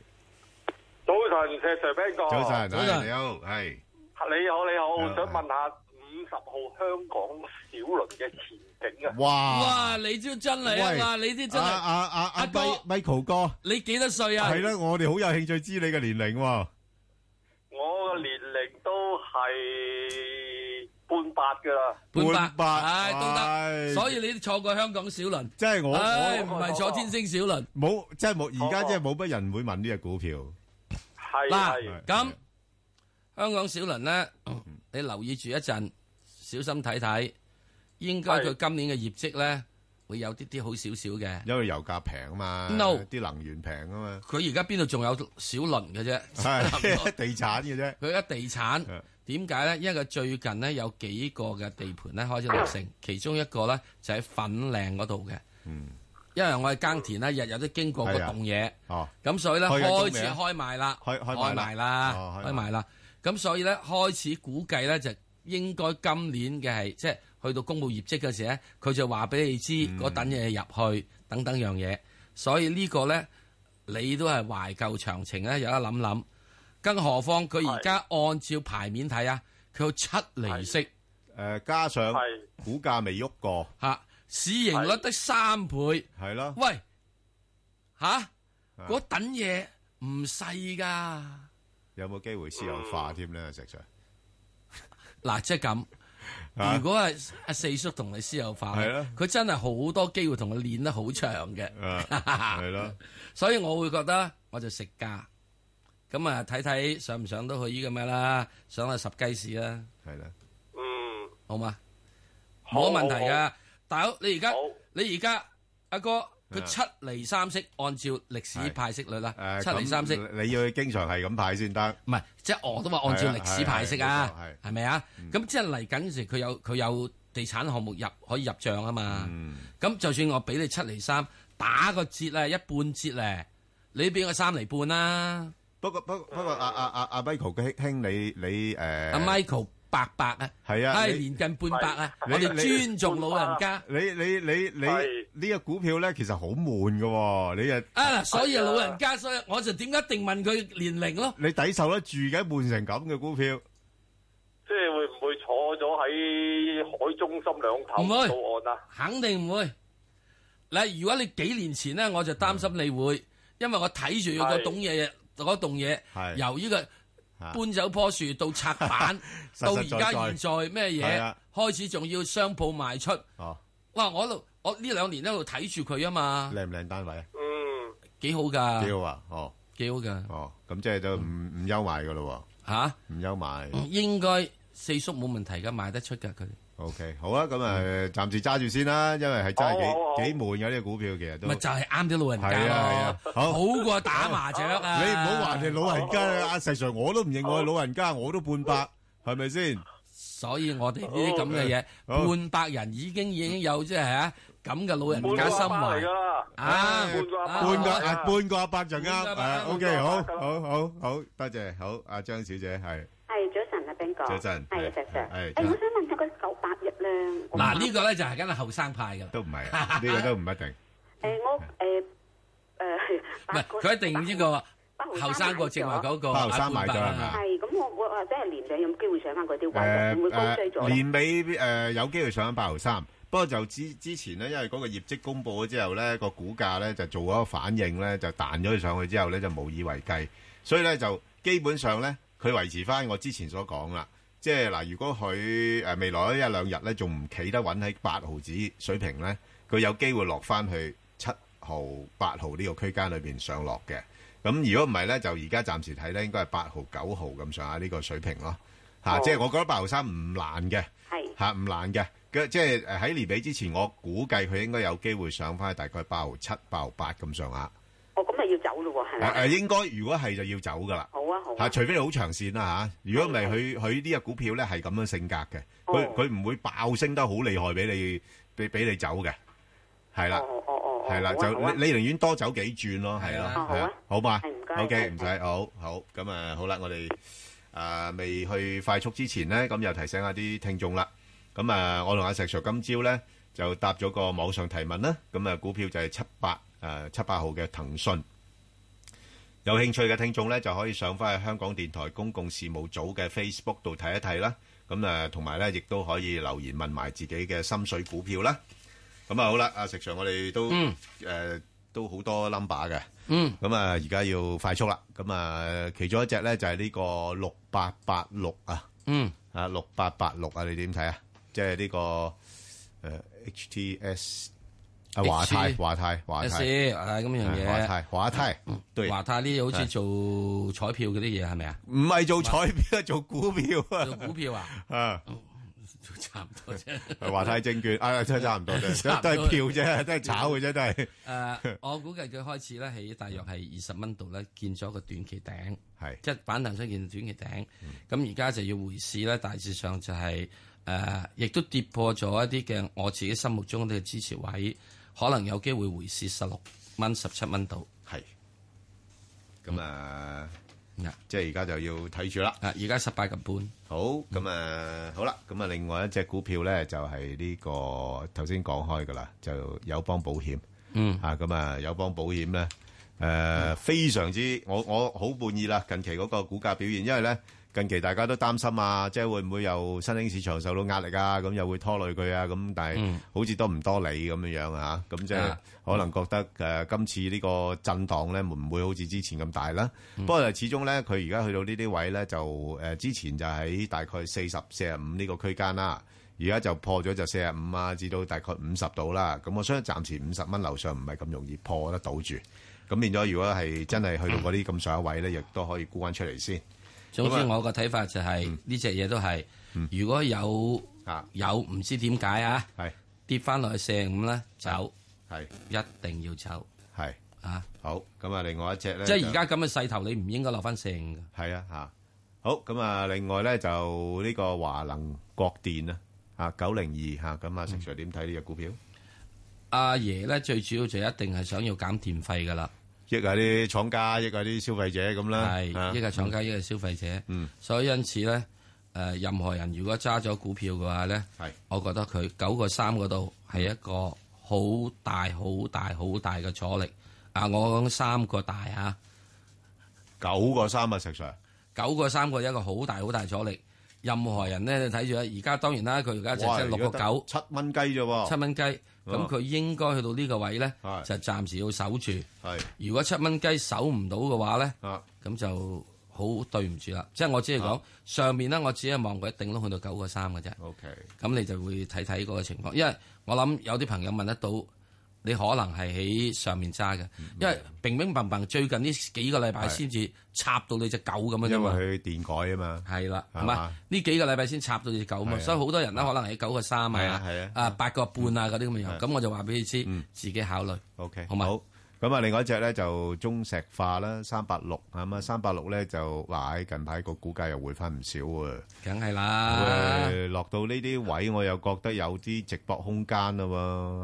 早晨，石 Sir Ben Ờ, 哥。早晨，係你好，係。你好，你好，你好想問下五十號香港小輪嘅前景啊？哇哇！你招真係啊喂嘛，你啲真係啊啊啊阿哥，à, Michael 哥，你幾多歲啊？係啦，我哋好有興趣知你嘅年齡喎。我個年齡都係半八噶啦。半百，唉都得。唉所以你錯過香港小輪，即係我唉我唔係坐天星小輪。冇，即係冇，而家即係冇乜人會問呢只股票。嗱，咁香港小輪咧，你留意住一陣，小心睇睇，應該佢今年嘅業績咧會有啲啲好少少嘅。因為油價平啊嘛 No 啲能源平啊嘛，佢而家邊度仲有小輪嘅啫？係 [LAUGHS] 地產嘅啫。佢一地產點解咧？因為佢最近咧有幾個嘅地盤咧開始落 [COUGHS] 成，其中一個咧就喺粉嶺嗰度嘅。嗯，因為我係耕田咧，日日都經過嗰係啊棟嘢。哦，咁所以咧開緊工開始未啊開賣啦，開開賣啦賣啦哦，開賣開賣啦。咁所以咧開始估計咧就應該今年嘅係即係嗯去到公佈業績嘅時咧，佢就話俾你知嗰等嘢入去等等樣嘢。所以呢個咧，你都係懷舊長情咧，有得諗諗。更何況佢而家按照牌面睇啊，佢有七厘息，誒加上股價未喐過，嚇市盈率得三倍，係咯，喂嚇 À. 嗰等嘢唔細噶。有冇機會私有化添咧？石 Sir，嗱，即係咁。啊如果係阿四叔同你私有化係啊咧，佢真係好多機會同佢練得好長嘅，係啊咯。 [LAUGHS] 所以我會覺得我就食價，咁啊睇睇上唔上到去呢個咩啦，上到十雞市啦，係啦，嗯，好嘛，好冇問題好噶。大佬，你而家你而家阿哥佢啊七厘三息，按照歷史派息率啦，誒七厘三息。咁你要經常係咁派先得。唔係，即係我都話按照歷史派息啊，係咪啊？嗯咁即係嚟緊時，佢有佢有地產項目入可以入帳啊嘛。嗯咁就算我俾你七厘三，打個折啊，一半折咧，你俾我三厘半啦。不過不不過阿阿阿阿 à, Michael 嘅兄你你誒，阿 Michael 伯伯啊，係啊，係你年近半百啊，你我哋你尊重老人家。你你你你呢個股票咧，其實好悶嘅喎，你啊啊，所以老人家，所以我就點解一定問佢年齡咯？你抵受得住嘅，悶成咁嘅股票，即係會唔會坐咗喺海中心兩頭唔會到岸啊？肯定唔會。嗱，如果你幾年前咧，我就擔心你會，因為我睇住佢嗰嗯係棟嘢，嗰棟嘢係，由呢個搬走棵樹到拆板到啊 [LAUGHS] 實而實在家在現在咩係嘢啊開始仲要商鋪賣出。哦，哇！我一路我呢兩年一路睇住佢啊嘛，靚唔靚單位啊？嗯，幾好㗎，幾好啊？哦，幾好㗎。哦，咁即係就唔唔憂賣嘅咯喎。嚇，唔憂賣。應該四叔冇問題㗎，賣得出㗎佢。 OK，好啊，咁啊，暫時揸住先啦，因為係真係好好幾幾悶嘅呢個股票，其實都咪就係啱啲老人係啊係家啊咯，好好過打麻雀啊！你唔好話人哋老人家啊，阿石 Sir，我都唔認我係老人家，我都半百，係咪先？所以我哋呢啲咁嘅嘢，半百人已經已經有即係啊咁嘅老人家心半個阿伯嚟懷㗎啦啊，半個阿伯半個啊啊，半個阿伯就啱。誒半個阿伯 À, ，OK，半個好阿伯，好，好，好，多謝，好，阿張小姐係係早晨啊，炳哥。早晨，係係啊，石 Sir。係誒，我想問下嗰九八一咧，我嗱呢個咧就係梗係後生派噶啦，都唔 [LAUGHS] 係呢個都唔一定，誒我誒誒唔係佢一定呢個後生過正話嗰個 à, 包後生買咗係咪啊係咁，我我或者係年尾有冇機會上翻嗰啲位？誒會唔會高追誒，咗咧？年尾誒有機會上八毫三，不過就之之前咧，因為嗰個業績公佈咗之後咧，個股價咧就做咗個反應咧，就彈咗佢上去之後咧，就無以為繼，所以咧就基本上咧，佢維持翻我之前所講啦，即係嗱，如果佢誒未來一兩日咧仲唔企得穩喺八毫子水平咧，佢有機會落翻去七毫八毫呢個區間裏邊上落嘅。咁如果唔係咧，就而家暫時睇咧，應該係八毫九毫咁上下呢個水平咯。嚇，哦即係我覺得八毫三唔難嘅，嚇唔難嘅。嘅即係誒喺年尾之前，我估計佢應該有機會上翻大概八毫七、八毫八咁上下。我咁咪要走咯喎，係誒誒，咪？應該如果係就要走噶啦。好啊好嚇，啊。除非你好長線啦嚇。如果唔係，佢佢呢只股票咧係咁樣性格嘅，佢哦佢唔會爆升得好厲害俾你俾俾你走嘅，係啦，係啦，好啊就好啊你你寧願多走幾轉咯，係咯，好啊係啊，好嘛係唔該，OK，唔唔該使，好好咁啊，好啦，我哋啊未去快速之前咧，咁又提醒下啲聽眾啦。咁啊，我同阿石 Sir 今朝咧就答咗個網上提問啦。咁啊，股票就係七八誒七八號嘅騰訊。有興趣嘅聽眾咧，就可以上翻去香港電台公共事務組嘅 Facebook 度睇一睇啦。咁啊，同埋咧，亦都可以留言問埋自己嘅心水股票啦。咁啊，好啦，阿石 Sir，我哋都誒、呃都好多 number 嘅。嗯，咁啊，而家要快速啦。咁啊，其中一隻咧就係呢個六八八六啊。嗯。啊，六八八六啊，你點睇啊？即係呢個誒 HTS 啊，華泰 HT 華泰華一泰時啊咁樣嘢，華泰華泰對華泰呢啲好似係做彩票嗰啲嘢係咪啊？唔係做彩票，做股票啊！做股票啊？啊，差唔多啫。華泰證券啊，真係差唔多啫， [LAUGHS] 差唔都多係票啫，都係炒嘅啫，都係嗯誒，我估計佢開始咧喺大約係二十蚊度咧，見咗個短期頂，係嗯即係反彈出見短期頂。咁而家就要回試咧，大致上就係、誒，亦、都跌破咗一啲嘅我自己心目中嘅支持位，可能有機會回試十六蚊、十七蚊度。係。咁啊，即係而家就要睇住啦。啊，而家十八個半。好，咁啊，好啦，咁啊，另外一隻股票咧就係呢個頭先講開噶啦，就友邦保險。嗯，啊咁啊友邦保險咧，誒、嗯非常之我我好滿意啦，近期嗰個股價表現，因為咧近期大家都擔心啊，即係會唔會又新興市場受到壓力啊，咁又會拖累佢啊，咁但係嗯好似多唔多理咁樣樣啊，咁即係啊可能覺得誒、呃今次呢個震盪咧唔會好似之前咁大啦，不過始終咧佢而家去到呢啲位咧就誒、之前就喺大概四十四十五呢個區間啦。而家就破咗就四十五啊，至到大概五十度啦。咁我相信暫時五十蚊樓上唔係咁容易破得到住。咁變咗，如果係真係去到嗰啲咁上一位咧，亦都可以沽翻出嚟先。總之咁啊嗯我個睇法就係呢只嘢都係，如果有啊有唔知點解啊，跌翻落去四五咧走，係一定要走，係啊好咁啊，另外一隻咧，即係而家咁嘅勢頭，你唔應該落翻四五嘅。係啊嚇。好咁啊，另外咧就呢個華能國電啊，啊九零二嚇，咁啊石 Sir 點睇呢只股票？嗯阿爺咧最主要就一定係想要減電費噶啦，益下啲廠家，益下啲消費者咁啦，啊係益下廠家，益下消費者。嗯，所以因此咧，誒任何人如果揸咗股票嘅話咧，係，我覺得佢九個三嗰度係一個好大、好大、好大嘅阻力。啊，我講三個大啊，九個三啊，石 Sir，九個三個一個好大、好大阻力。任何人咧睇住啦，啊而家當然啦，佢而家哇就即係六個九，七蚊雞啫喎，七蚊雞。咁哦佢應該去到呢個位咧，就暫時要守住。如果七蚊雞守唔到嘅話咧，啊咁就好對唔住啦。即係我只係講啊上面咧，我只係望佢一定都去到九個三嘅啫。 OK，咁你就會睇睇嗰個情況，因為我諗有啲朋友問得到，你可能係喺上面揸嘅，因為平平平平最近呢幾個禮拜嗯係先至插到你只狗咁樣啫因為嘛。佢電改啊嘛，係啦，係係嘛嘛？？呢幾個禮拜先插到只狗嘛，係啊所以好多人咧可能喺九個三係啊啊係啊，啊八個半啊嗰啲咁嘅係嗯樣，咁我就話俾你知，自己考慮。 OK，好嘛？好。咁啊，另外一隻呢，就中石化啦，386。咁啊，386呢，就，哇，近排個股價又回返唔少喎。啊啊喂，落到呢啲位，我又覺得有啲直播空間啦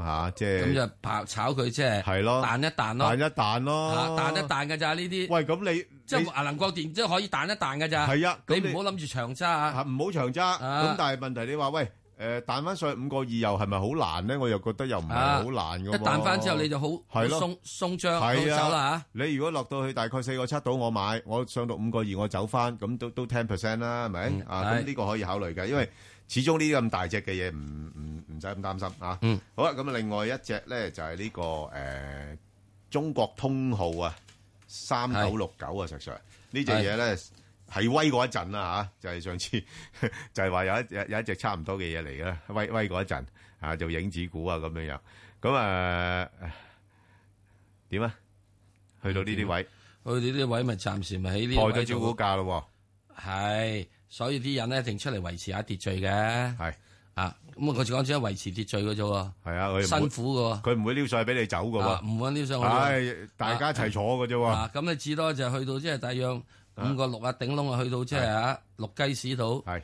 喎，吓，即係-咁就拍炒佢即係係咯，彈一彈咯，彈一彈咯。嚇啊彈一彈嘅咋呢啲。啊喂，咁你即係啊你華能國電，即係可以彈一彈嘅咋。係啊咁你你唔好諗住長揸啊。唔好長揸。咁但係問題你話，喂，誒，彈返上去5.2又係咪好難呢？我又覺得又唔係好難㗎喎。啊一彈翻之後你就好好係咯。鬆鬆張，好係啊，走啦你如果落到去大概4.7度，我買，我上到5.2我走返，咁都-都10%啦，係咪？啊，咁係。呢個可以考慮嘅，因為始終呢啲咁大隻嘅嘢唔-唔-唔使咁擔心，啊。好啦，咁啊，另外一隻呢，就係呢個，誒，中國通號啊，3969啊，石 Sir。呢隻嘢呢，係威過一陣啦，啊，就係上次 [LAUGHS] 就係話有一-有-有一隻差唔多嘅嘢嚟嘅，威-威過一陣，啊，做影子股啊，咁樣樣。咁，誒，點啊？去到呢啲位，去到呢啲位咪暫時咪喺呢破咗招股價咯。係，所以啲人咧一定出嚟維持下秩序嘅。係啊，咁我只講只係維持秩序嘅啫喎。係啊，佢唔辛苦嘅喎。佢唔會撩晒俾你走嘅啊喎，唔揾撩上去喎。唉大家一齊坐嘅啫喎啊咁你至多就去到即係大約五個六啊，頂窿啊，去到即係啊六雞屎度。係，嗯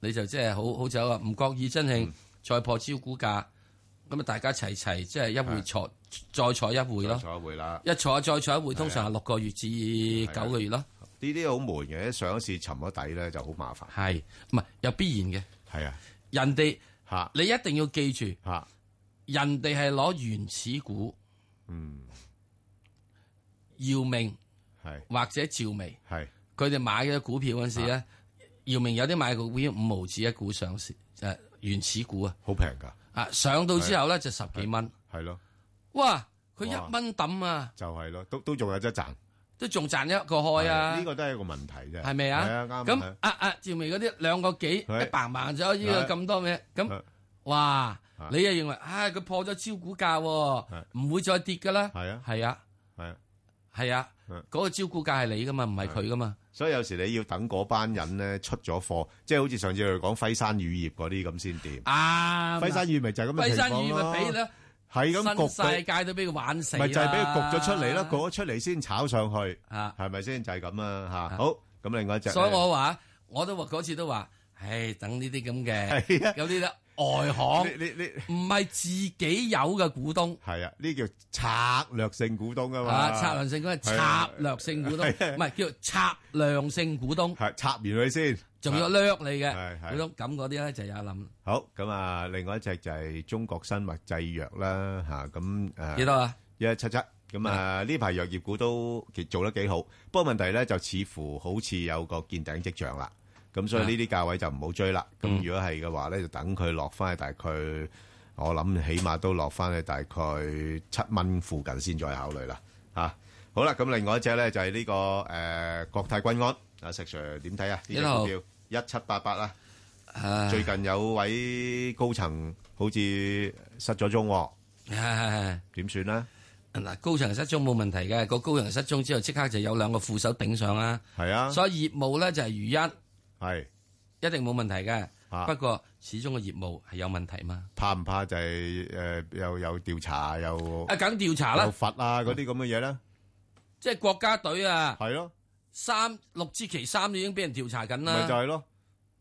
你就即係好好走啊！唔覺意真係再破招股價，咁啊大家齊齊即係一會坐，再坐一會咯。坐一會啦。一坐再坐一會，通常係六個月至九個月咯。啊呢啲好悶嘅，上一次沉咗底咧就好麻煩。係，唔係有必然嘅。係啊，人哋嚇你一定要記住嚇，人哋係攞原始股，嗯，姚明係或者趙薇係，佢哋買嘅股票嗰陣時咧，姚明有啲買個股票五毫子一股上市，誒原始股啊，好平㗎。啊上到之後咧就十幾蚊，係咯，哇！佢一蚊抌啊，就係咯，都都仲有得賺。都仲賺一個開啊！呢個都係一個問題啫。係咪係啊啊，？啱。咁係啊啊，趙薇嗰啲兩個幾係一百萬咗呢個咁多咩？咁哇，你又認為啊佢破咗招股價喎，唔會再跌噶啦？係啊，係啊，係啊，係啊，嗰個招股價係你噶嘛，唔係佢噶嘛。所以有時你要等嗰班人咧出咗貨，即係好似上次我哋講輝山乳業嗰啲咁先掂。啊，輝山乳咪就係咁嘅輝情山況魚咪俾咯。啦，係咁焗新世佢界都俾佢玩死啦，咪就係俾佢焗咗出嚟啦，焗咗出嚟先炒上去，係咪先？就係咁啊嚇。好，咁另外一隻呢，所以我話，我都話嗰次都話，唉，等呢啲咁嘅，有啲咧外行，你你唔係自己有嘅股東，係啊，呢叫策略性股東啊嘛，啊，策略性股係係啊策略性股東，係啊唔係叫策略性股東，係插完佢先，仲要掠你嘅係股東，咁嗰啲咧就有諗好，咁啊，另外一隻就係中國生物製藥啦，嚇咁誒幾多啊？ 1177。咁啊，呢排藥業股都其實做得幾好。不過問題呢，就似乎好似有個見頂跡象啦。咁所以啊。呢啲價位就唔好追啦。咁嗯。如果係嘅話呢，就等佢落返去大概，我諗起碼都落返去大概7蚊附近先再考慮啦。啊，好啦，咁另外一隻呢，就係呢個，呃，國泰君安。啊，石 Sir點睇啊？呢隻一號。股票1788啦。最近有位高層好似失咗蹤喎。點算呢？嗱，高層失蹤冇問題嘅，個高層失蹤之後即刻就有兩個副手頂上啦。係啊，所以業務咧就係如一，係一定冇問題嘅。不過始終個業務係有問題嘛。怕唔怕就係、誒、又有調查又啊梗調查啦又罰啊嗰啲咁嘅嘢咧？即係國家隊啊，係咯，三六支旗三已經俾人調查緊啦，咪就係咯。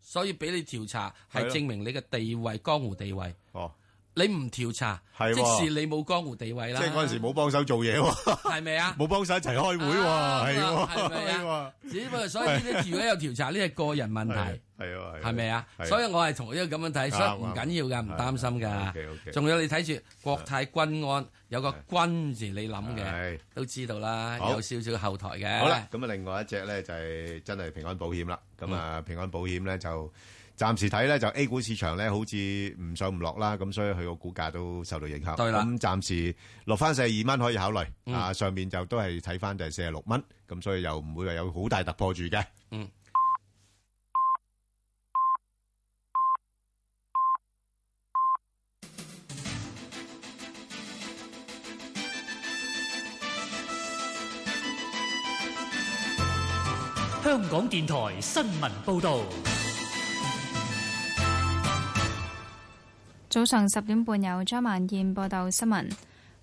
所以俾你調查係係咯證明你嘅地位、江湖地位。哦，你唔調查，係即喎使你冇江湖地位即啦。係嗰陣時冇幫手做嘢喎， [LAUGHS] 係咪啊？冇幫手一齊開會啊喎，係嘛喎，係咪啊？只不過所以呢啲如果有調查，呢係個人問題。係啊，係咪啊？係所以我係同呢個咁樣睇，所以唔緊要㗎，唔擔心㗎。仲有你睇住國泰君安有個君字，你諗嘅都知道啦，好有少少後台嘅。好啦，，咁啊，另外一隻咧就係真係平安保險啦。咁啊，平安保險咧就暫時睇咧就 A 股市場咧好似唔上唔落啦，咁所以佢個股價都受到影響。對啦咁暫時落翻四十二蚊可以考慮。嗯啊，上面就都係睇翻就係四十六蚊，咁所以又唔會話有好大突破住嘅。嗯。香港電台新聞報導，早上十點半有張萬燕報道新聞。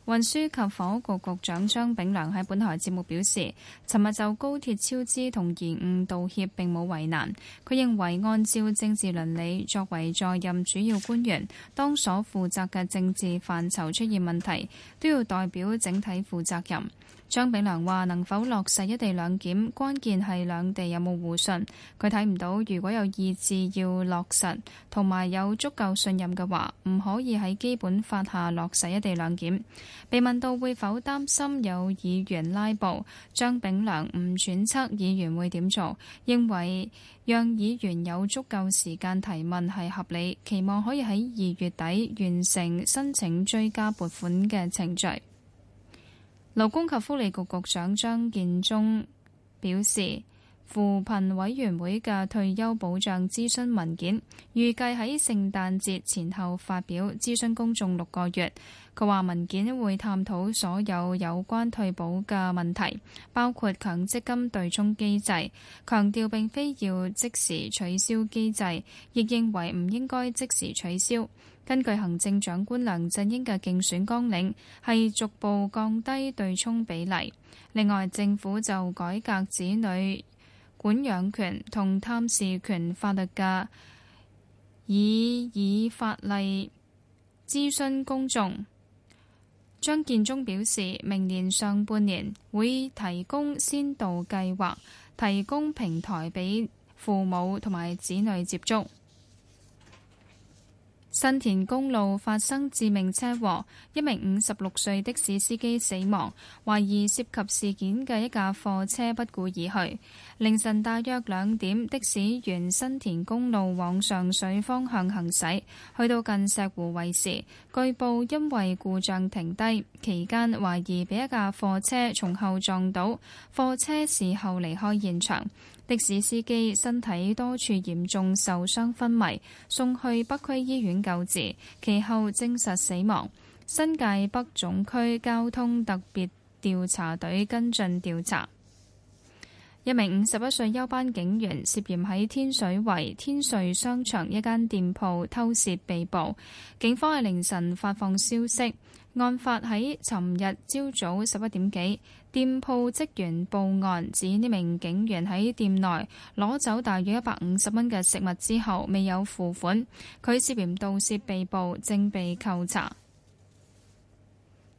運輸及房屋局局長張炳良喺本台節目表示，尋日就高鐵超支同延誤道歉並冇為難。佢認為按照政治倫理，作為在任主要官員，當所負責嘅政治範疇出現問題，都要代表整體負責任。張炳良話：能否落實一地兩檢，關鍵係兩地有冇互信。佢睇唔到，如果有意志要落實，同埋有足夠信任嘅話，唔可以喺基本法下落實一地兩檢。被問到會否擔心有議員拉布，張炳良唔揣測議員會點做，認為讓議員有足夠時間提問係合理，期望可以喺二月底完成申請追加撥款嘅程序。勞工及福利局局長張建宗表示，扶貧委員會嘅退休保障諮詢文件預計喺聖誕節前後發表，諮詢公眾六個月。佢話文件會探討所有有關退保嘅問題，包括強積金對沖機制，強調並非要即時取消機制，亦認為唔應該即時取消。根據行政長官梁振英嘅競選綱領，係逐步降低對沖比例。另外，政府就改革子女管養權同探視權法律嘅，以以法例諮詢公眾。張建宗表示，明年上半年會提供先導計劃，提供平台俾父母同埋子女接觸。新田公路發生致命車禍，一名五十六歲的士司機死亡，懷疑涉及事件嘅一架貨車不顧而去。凌晨大約兩點，的士沿新田公路往上水方向行駛，去到近石湖圍時，據報因為故障停低，期間懷疑被一架貨車從後撞到，貨車事後離開現場。的士司機身體多處嚴重受傷昏迷，送去北區醫院救治，其後證實死亡。新界北總區交通特別調查隊跟進調查。一名五十一歲休班警員涉嫌喺天水圍天瑞商場一間店鋪偷竊被捕，警方喺凌晨發放消息，案發喺尋日朝早十一點幾，店鋪職員報案指呢名警員喺店內攞走大約一百五十蚊嘅食物之後未有付款，佢涉嫌盜竊被捕，正被扣查。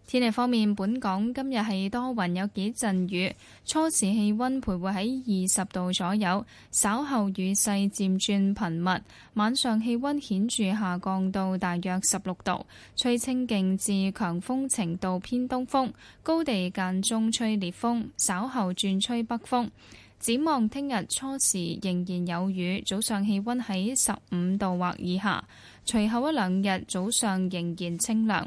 天氣方面，本港今日係多雲有幾陣雨，初時氣温徘徊喺二十度左右，稍後雨勢漸轉頻密，晚上氣温顯著下降到大約十六度，吹清勁至強風程度偏東風，高地間中吹烈風，稍後轉吹北風。展望聽日初時仍然有雨，早上氣温喺十五度或以下，隨後一兩日早上仍然清涼。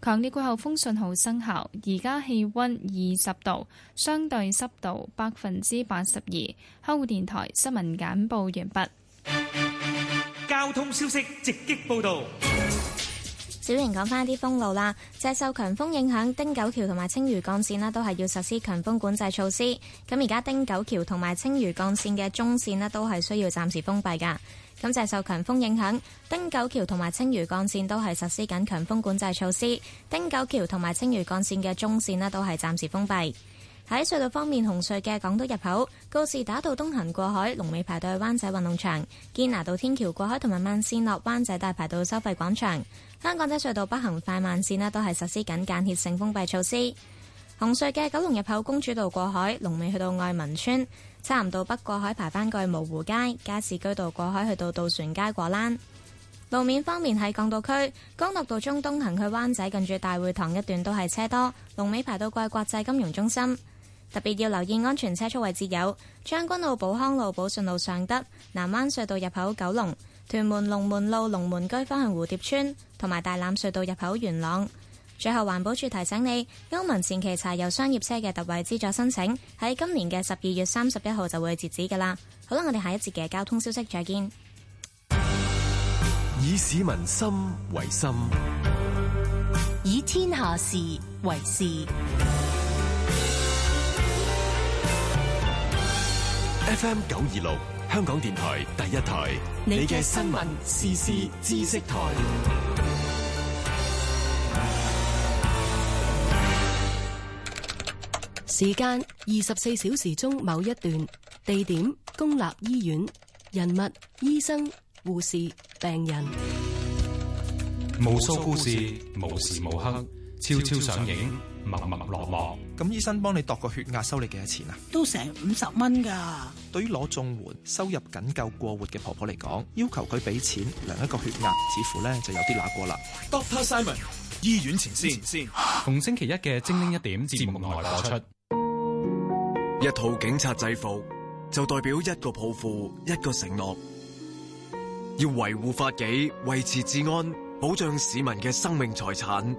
強烈季候風信號生效，而家氣温二十度，相對濕度百分之八十二。香港電台新聞簡報完交通消息直擊報道。小瑩講翻啲封路啦，就係受強風影響，汀九橋同埋青嶼幹線呢都係要實施強風管制措施。咁而家汀九橋同埋青嶼幹線嘅中線呢都係需要暫時封閉㗎。咁就係受強風影響，汀九橋同埋青嶼幹線都係實施緊強風管制措施。汀九橋同埋青嶼幹線嘅中線呢都係暫時封閉。喺隧道方面，紅隧嘅港島入口、告士打道東行過海、龍尾排隊灣仔運動場、堅拿道天橋過海同埋慢線落灣仔大排道收費廣場、香港仔隧道北行快慢線呢都係實施緊間歇性封閉措施。紅隧嘅九龍入口公主道過海，龍尾去到愛民村；漆咸道北過海排返過去蕪湖街，加士居道過海去到渡船街果欄。路面方面喺港島區，干諾道中東行去灣仔近住大會堂一段都係車多，龍尾排到過去國際金融中心。特別要留意安全車速位置有將軍澳寶康路、寶順路上德、南灣隧道入口九龍、屯門龍門路龍門居方向蝴蝶村，同埋大欖隧道入口元朗。最後，環保署提醒你，歐盟前期柴油商業車嘅特惠資助申請喺今年嘅十二月三十一號就會截止㗎啦。好啦，我哋下一節嘅交通消息再見。以市民心為心，以天下事為事。 FM 九二六香港電台第一台，你嘅新聞時事知識台，時間二十四小時中某一段，地點公立醫院，人物醫生、護士、病人。無數故事，無時無刻，悄悄上映，默默落幕。哦咁醫生幫你度個血壓收你幾多錢啊？都成五十蚊噶。對於攞綜援、收入僅夠過活嘅婆婆嚟講，要求佢俾錢量一個血壓，似乎呢就有啲乸過啦。 Doctor Simon，醫院前線，先逢星期一嘅精靈一點節目內播出。一套警察制服就代表一個抱負，一個承諾，要維護法紀，維持治安，保障市民嘅生命財產，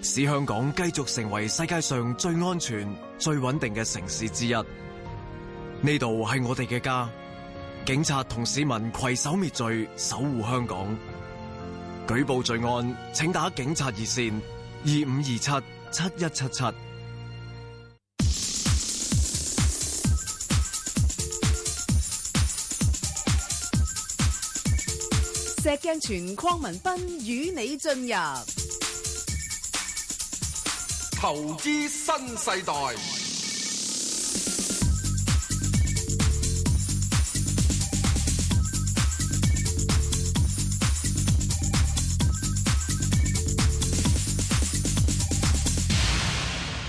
使香港繼續成為世界上最安全、最穩定嘅城市之一。呢度係我哋嘅家，警察同市民攜手滅罪，守護香港。舉報罪案，請打警察熱線二五二七七一七七。石鏡泉鄺民彬與你進入投資新世代，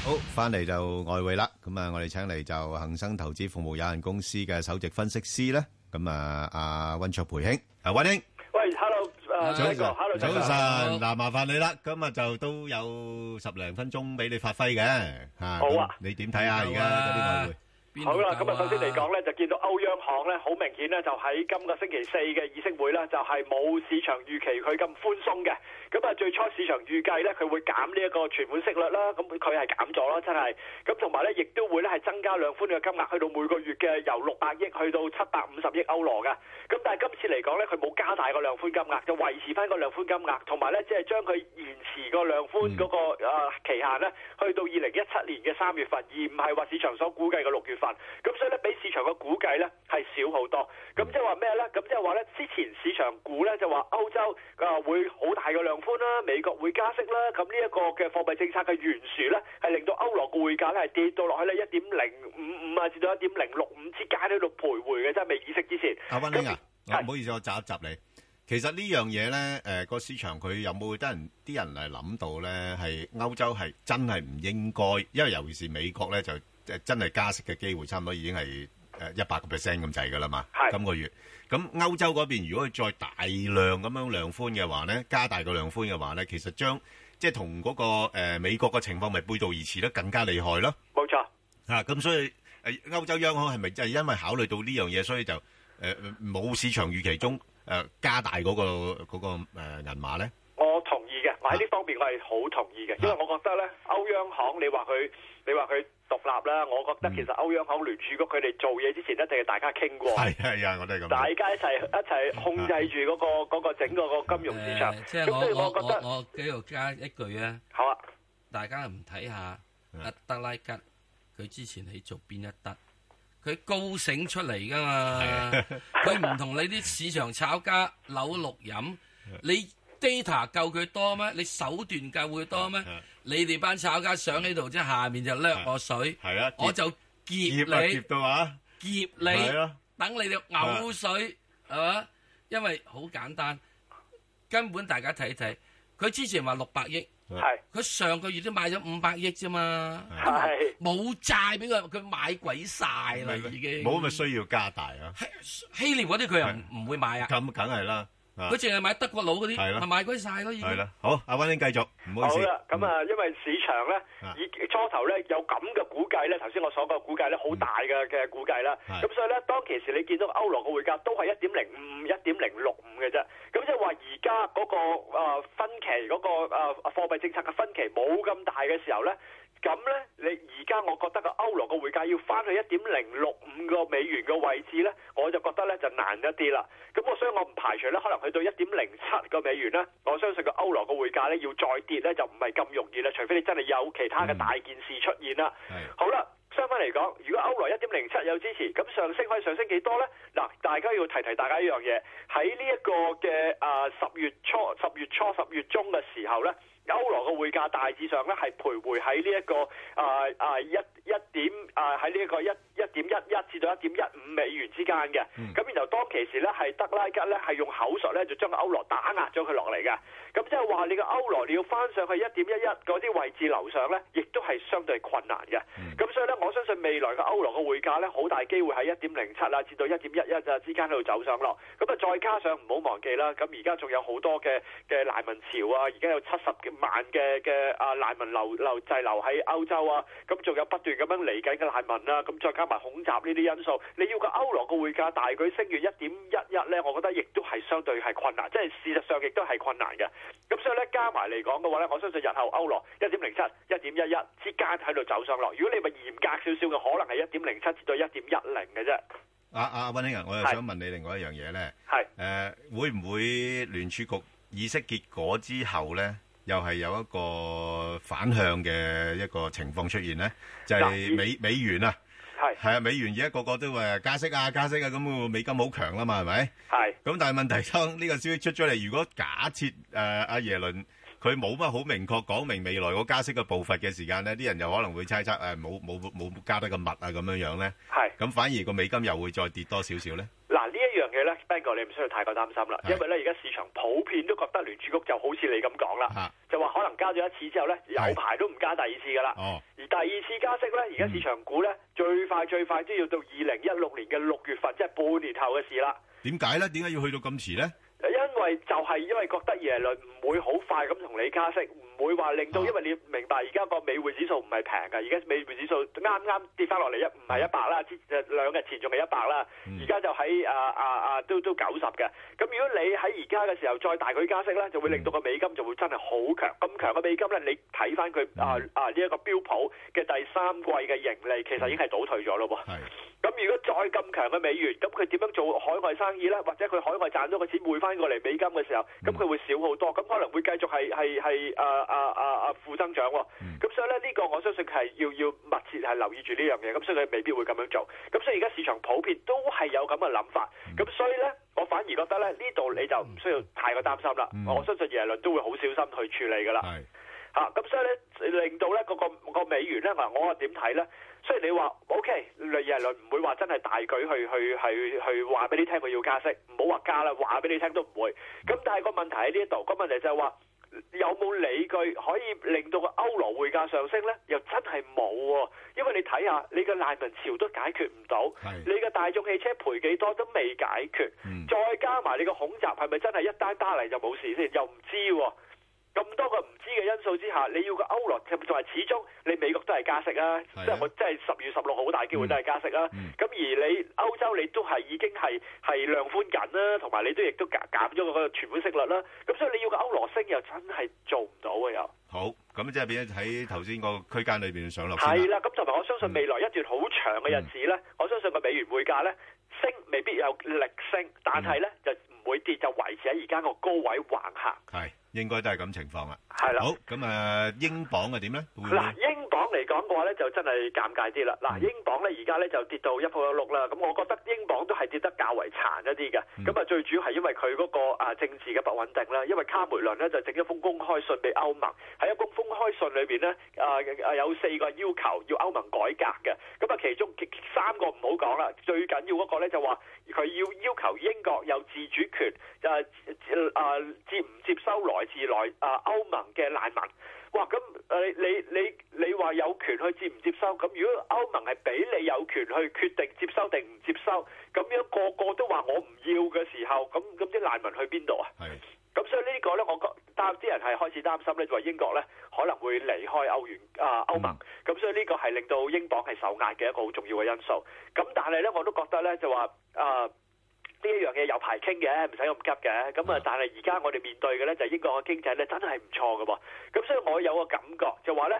好，翻嚟就外匯啦。咁啊，我哋請嚟就恒生投資服務有限公司嘅首席分析師咧。咁啊，阿温卓培兄，阿温兄，喂早，hello，誒，晨，第一個，hello，早晨。第一個嗱，麻煩你啦，今日就都有十零分鐘俾你發揮嘅。吓，好啊咁你點睇啊？而家嗰啲外匯？好啦，咁啊，首先嚟講咧，就見到歐央行咧，好明顯咧，就喺今個星期四嘅議息會咧，就係冇市場預期佢咁寬鬆嘅。咁啊，最初市場預計咧，佢會減呢一個存款息率啦，咁佢係減咗啦，真係。咁同埋咧，亦都會咧係增加量寬嘅金額，去到每個月嘅由六百億去到七百五十億歐羅嘅。咁但係今次嚟講咧，佢冇加大個量寬金額，就維持翻個量寬金額，同埋咧即係將佢延遲個量寬嗰個呃期限咧，去到二零一七年嘅三月份，而唔係話市場所估計嘅六月份。咁所以咧，比市場嘅估計咧係少好多。咁即係話咩咧？咁即係話咧，之前市場估咧就話歐洲啊會好大嘅量寬啦，美國會加息啦。咁呢一個嘅貨幣政策嘅懸殊咧，係令到歐羅嘅匯價咧係跌到落去咧一點零五五啊，至到一點零六五之間喺度徘徊嘅，真係未意識之前。阿温兄啊，係唔好意思，我窒一窒你。其實呢樣嘢咧，誒、個市場佢有冇得人啲人嚟諗到咧？係歐洲係真係唔應該，因為尤其是美國咧就誒真係加息嘅機會差唔多已經係誒一百個 percent 咁滯㗎啦嘛。今個月咁歐洲嗰邊如果佢再大量咁樣量寬嘅話咧，加大個量寬嘅話咧，其實將即係同嗰個、誒美國嘅情況咪背道而馳得更加厲害咯。冇錯。啊，咁所以誒歐洲央行係咪就係因為考慮到呢樣嘢，所以就誒冇市場預期中誒、加大嗰、個嗰、個誒、銀碼咧？我同意啊嘅，我喺呢方面我係好同意嘅，因為我覺得咧，歐央行你話佢你話佢獨立啦，我嗯覺得其實歐央行聯儲局佢哋做嘢之前一定係大家傾過，係係啊，我都係咁大諗。家一齊一齊控制住嗰、個嗰、個整個個金融市場，誒即咁係我所以我覺得我我喺度加一句啊，好啊，大家唔睇下阿德拉吉佢之前喺做邊一得，佢高醒出嚟噶嘛，佢唔同你啲市場炒家扭六飲，你 data 夠佢多咩？你手段夠佢多咩？你哋班炒家上喺度啫，下面就掠我水，係啊，我就劫夾啊夾你。到啊！劫你係啊，等你哋嘔水，係嘛？因為好簡單，根本大家睇睇，佢之前話六百億，係佢上個月都買咗五百億啫嘛，係冇債俾佢，佢買鬼晒啦已經。冇咪需要加大啊！希臘嗰啲佢又唔唔會買啊，咁梗係啦。啊佢淨係買德國佬嗰係啲，啦咪買鬼晒咯已係經。啦，好，阿温英繼續，唔好意好思。嗯啊啦，咁啊，因為市場咧，以初頭咧有咁嘅估計咧，頭先我所講嘅估計咧，好大嘅嘅估計啦。嗯係咁所以咧，當其時你見到歐羅嘅匯價都係一點零五、一點零六五嘅啫。咁即係話而家嗰個呃分歧嗰個誒貨幣政策嘅分歧冇咁大嘅時候咧。咁呢，你而家我覺得啊個歐羅個匯價要翻去一點零六五個美元嘅位置呢，我就覺得呢就難一啲啦。咁我所以我唔排除呢，可能去到一點零七個美元呢，我相信個歐羅個匯價呢要再跌呢就唔係咁容易啦，除非你真係有其他嘅大件事出現啦。好啦。相反嚟講，如果歐羅一點零七有支持，咁上升可以上升幾多呢？嗱，大家要提提大家一樣嘢，喺呢一個嘅啊十月初、十月初、十月中嘅時候呢，歐羅嘅匯價大致上呢係徘徊喺呢一個啊啊一一點啊喺呢一個一一點一一至到一點一五美元之間嘅。咁、然後當其時呢，係德拉吉呢係用口述呢就將個歐羅打壓咗佢落嚟嘅。咁即係話你個歐羅你要翻上去一點一一嗰啲位置樓上呢，亦都係相對困難嘅。咁所以咧，我相信未來嘅歐羅嘅匯價咧，好大機會喺一點零七啊，至到一點一一啊之間喺度走上落。咁啊，再加上唔好忘記啦，咁而家仲有好多嘅嘅難民潮啊，而家有七十萬嘅嘅啊難民流流滯留喺歐洲啊，咁仲有不斷咁樣嚟緊嘅難民啦、咁再加埋恐襲呢啲因素，你要個歐羅嘅匯價大舉升越一點一一咧，我覺得亦都係相對係困難，即係事實上亦都係困難嘅。咁所以咧加埋嚟講嘅話咧，我相信日後歐羅一點零七、一點一一之間喺度走上落。如果你咪嚴格少少嘅，可能係一點零七至到一點一零嘅啫。阿阿温兄啊，我又想問你另外一樣嘢咧，係誒會唔會聯儲局議息結果之後咧，又係有一個反向嘅一個情況出現咧？就係美美元啊，係係啊，美元而家個個都話加息啊，加息啊，咁美金好強啦嘛，係咪？係。咁但係問題當呢個消息出咗嚟，如果假設誒阿耶倫佢冇乜好明確講明未來個加息嘅步伐嘅時間咧，啲人又可能會猜測誒冇冇冇加得咁密啊咁樣樣咧。係。咁反而個美金又會再跌多少少咧？嗱呢一樣嘢咧，Bang 哥你唔需要太過擔心啦，因為咧而家市場普遍都覺得聯儲局就好似你咁講啦，就話可能加咗一次之後咧，有排都唔加第二次噶啦。哦，而第二次加息咧，而家市場估咧最快最快都要到二零一六年嘅六月份，即係半年後嘅事啦。點解咧？點解要去到咁遲咧？因為就係因為覺得耶倫唔會好快咁同你加息，唔會話令到，因為你明白而家個美匯指數唔係平嘅，而家美匯指數啱啱跌翻落嚟一唔係一百啦，之誒兩日前仲係一百啦，而家就喺啊啊啊都都九十嘅。咁如果你喺而家嘅時候再大舉加息咧，就會令到個美金就會真係好強，咁強嘅美金咧，你睇翻佢啊啊呢一個標普嘅第三季嘅盈利，其實已經係倒退咗咯喎。咁如果再咁強嘅美元，咁佢點樣做海外生意呢？或者佢海外賺咗個錢匯翻過嚟美金嘅時候，咁佢會少好多，咁可能會繼續係係係啊啊啊啊負增長喎。咁所以咧呢個我相信佢係要要密切係留意住呢樣嘢，咁所以佢未必會咁樣做。咁所以而家市場普遍都係有咁嘅諗法，咁所以呢，我反而覺得咧呢度你就唔需要太過擔心啦。我相信耶倫都會好小心去處理噶啦。嚇、咁所以咧令到咧個個個美元咧，嗱我係點睇咧？雖然你話 OK，耶倫唔會話真係大舉去去去去話俾你聽佢要加息，唔好話加啦，話俾你聽都唔會。咁但係個問題喺呢一度，個問題就係話。有冇理據可以令到個歐羅匯價上升呢？又真係冇喎，因為你睇下你個難民潮都解決唔到，你嘅大眾汽車賠幾多都未解決，再加埋你個恐襲係咪真係一單打嚟就冇事先？又唔知喎。咁多個唔知嘅因素之下，你要個歐羅同埋始終你美國都係加息啊，即係我即係十月十六號好大嗯機會都係加息啦、咁、而你歐洲你都係已經係係量寬緊啦，同埋你都亦都減減咗個存款息率啦。咁所以你要個歐羅升又真係做唔到嘅又。好，咁即係變咗喺頭先個區間裏邊上落先啦嗯係啦，咁同埋我相信未來一段好長嘅日子咧，我相信個美元匯價咧升未必有力升，但係嗯咧、就唔會跌，就維持喺而家個高位橫行。係應該都係咁情況啦。係啦好，咁啊，英鎊嘅點咧？會唔會嗱，英鎊嚟講嘅話咧，就真係尷尬啲啦。嗱，英鎊咧而家咧就跌到一鋪一碌啦。咁我覺得英鎊都係跌得較為殘一啲嘅。咁啊、最主要係因為佢嗰個啊政治嘅不穩定啦。因為卡梅倫咧就整一封公開信俾歐盟，喺一封公開信裏邊咧啊啊有四個要求要歐盟改革嘅。咁啊，其中其三個唔好講啦，最緊要嗰個咧就話佢要要求英國有自主權，啊啊接唔接收來自來啊歐盟嘅難民。哇！咁誒你你你你話有權去接唔接收？咁如果歐盟係俾你有權去決定接收定唔接收，咁樣個個都話我唔要嘅時候，咁咁啲難民去邊度啊？咁所以呢個呢，我覺擔啲人係開始擔心呢，就話英國呢可能會離開歐元啊、歐盟，咁所以呢個係令到英鎊係受壓嘅一個好重要嘅因素。咁但係呢，我都覺得呢，就話啊。呢一樣嘢有排傾嘅，唔使咁急嘅。咁啊，但係而家我哋面對嘅呢，就係英國嘅經濟呢，真係唔錯嘅喎。咁所以我有個感覺就話呢，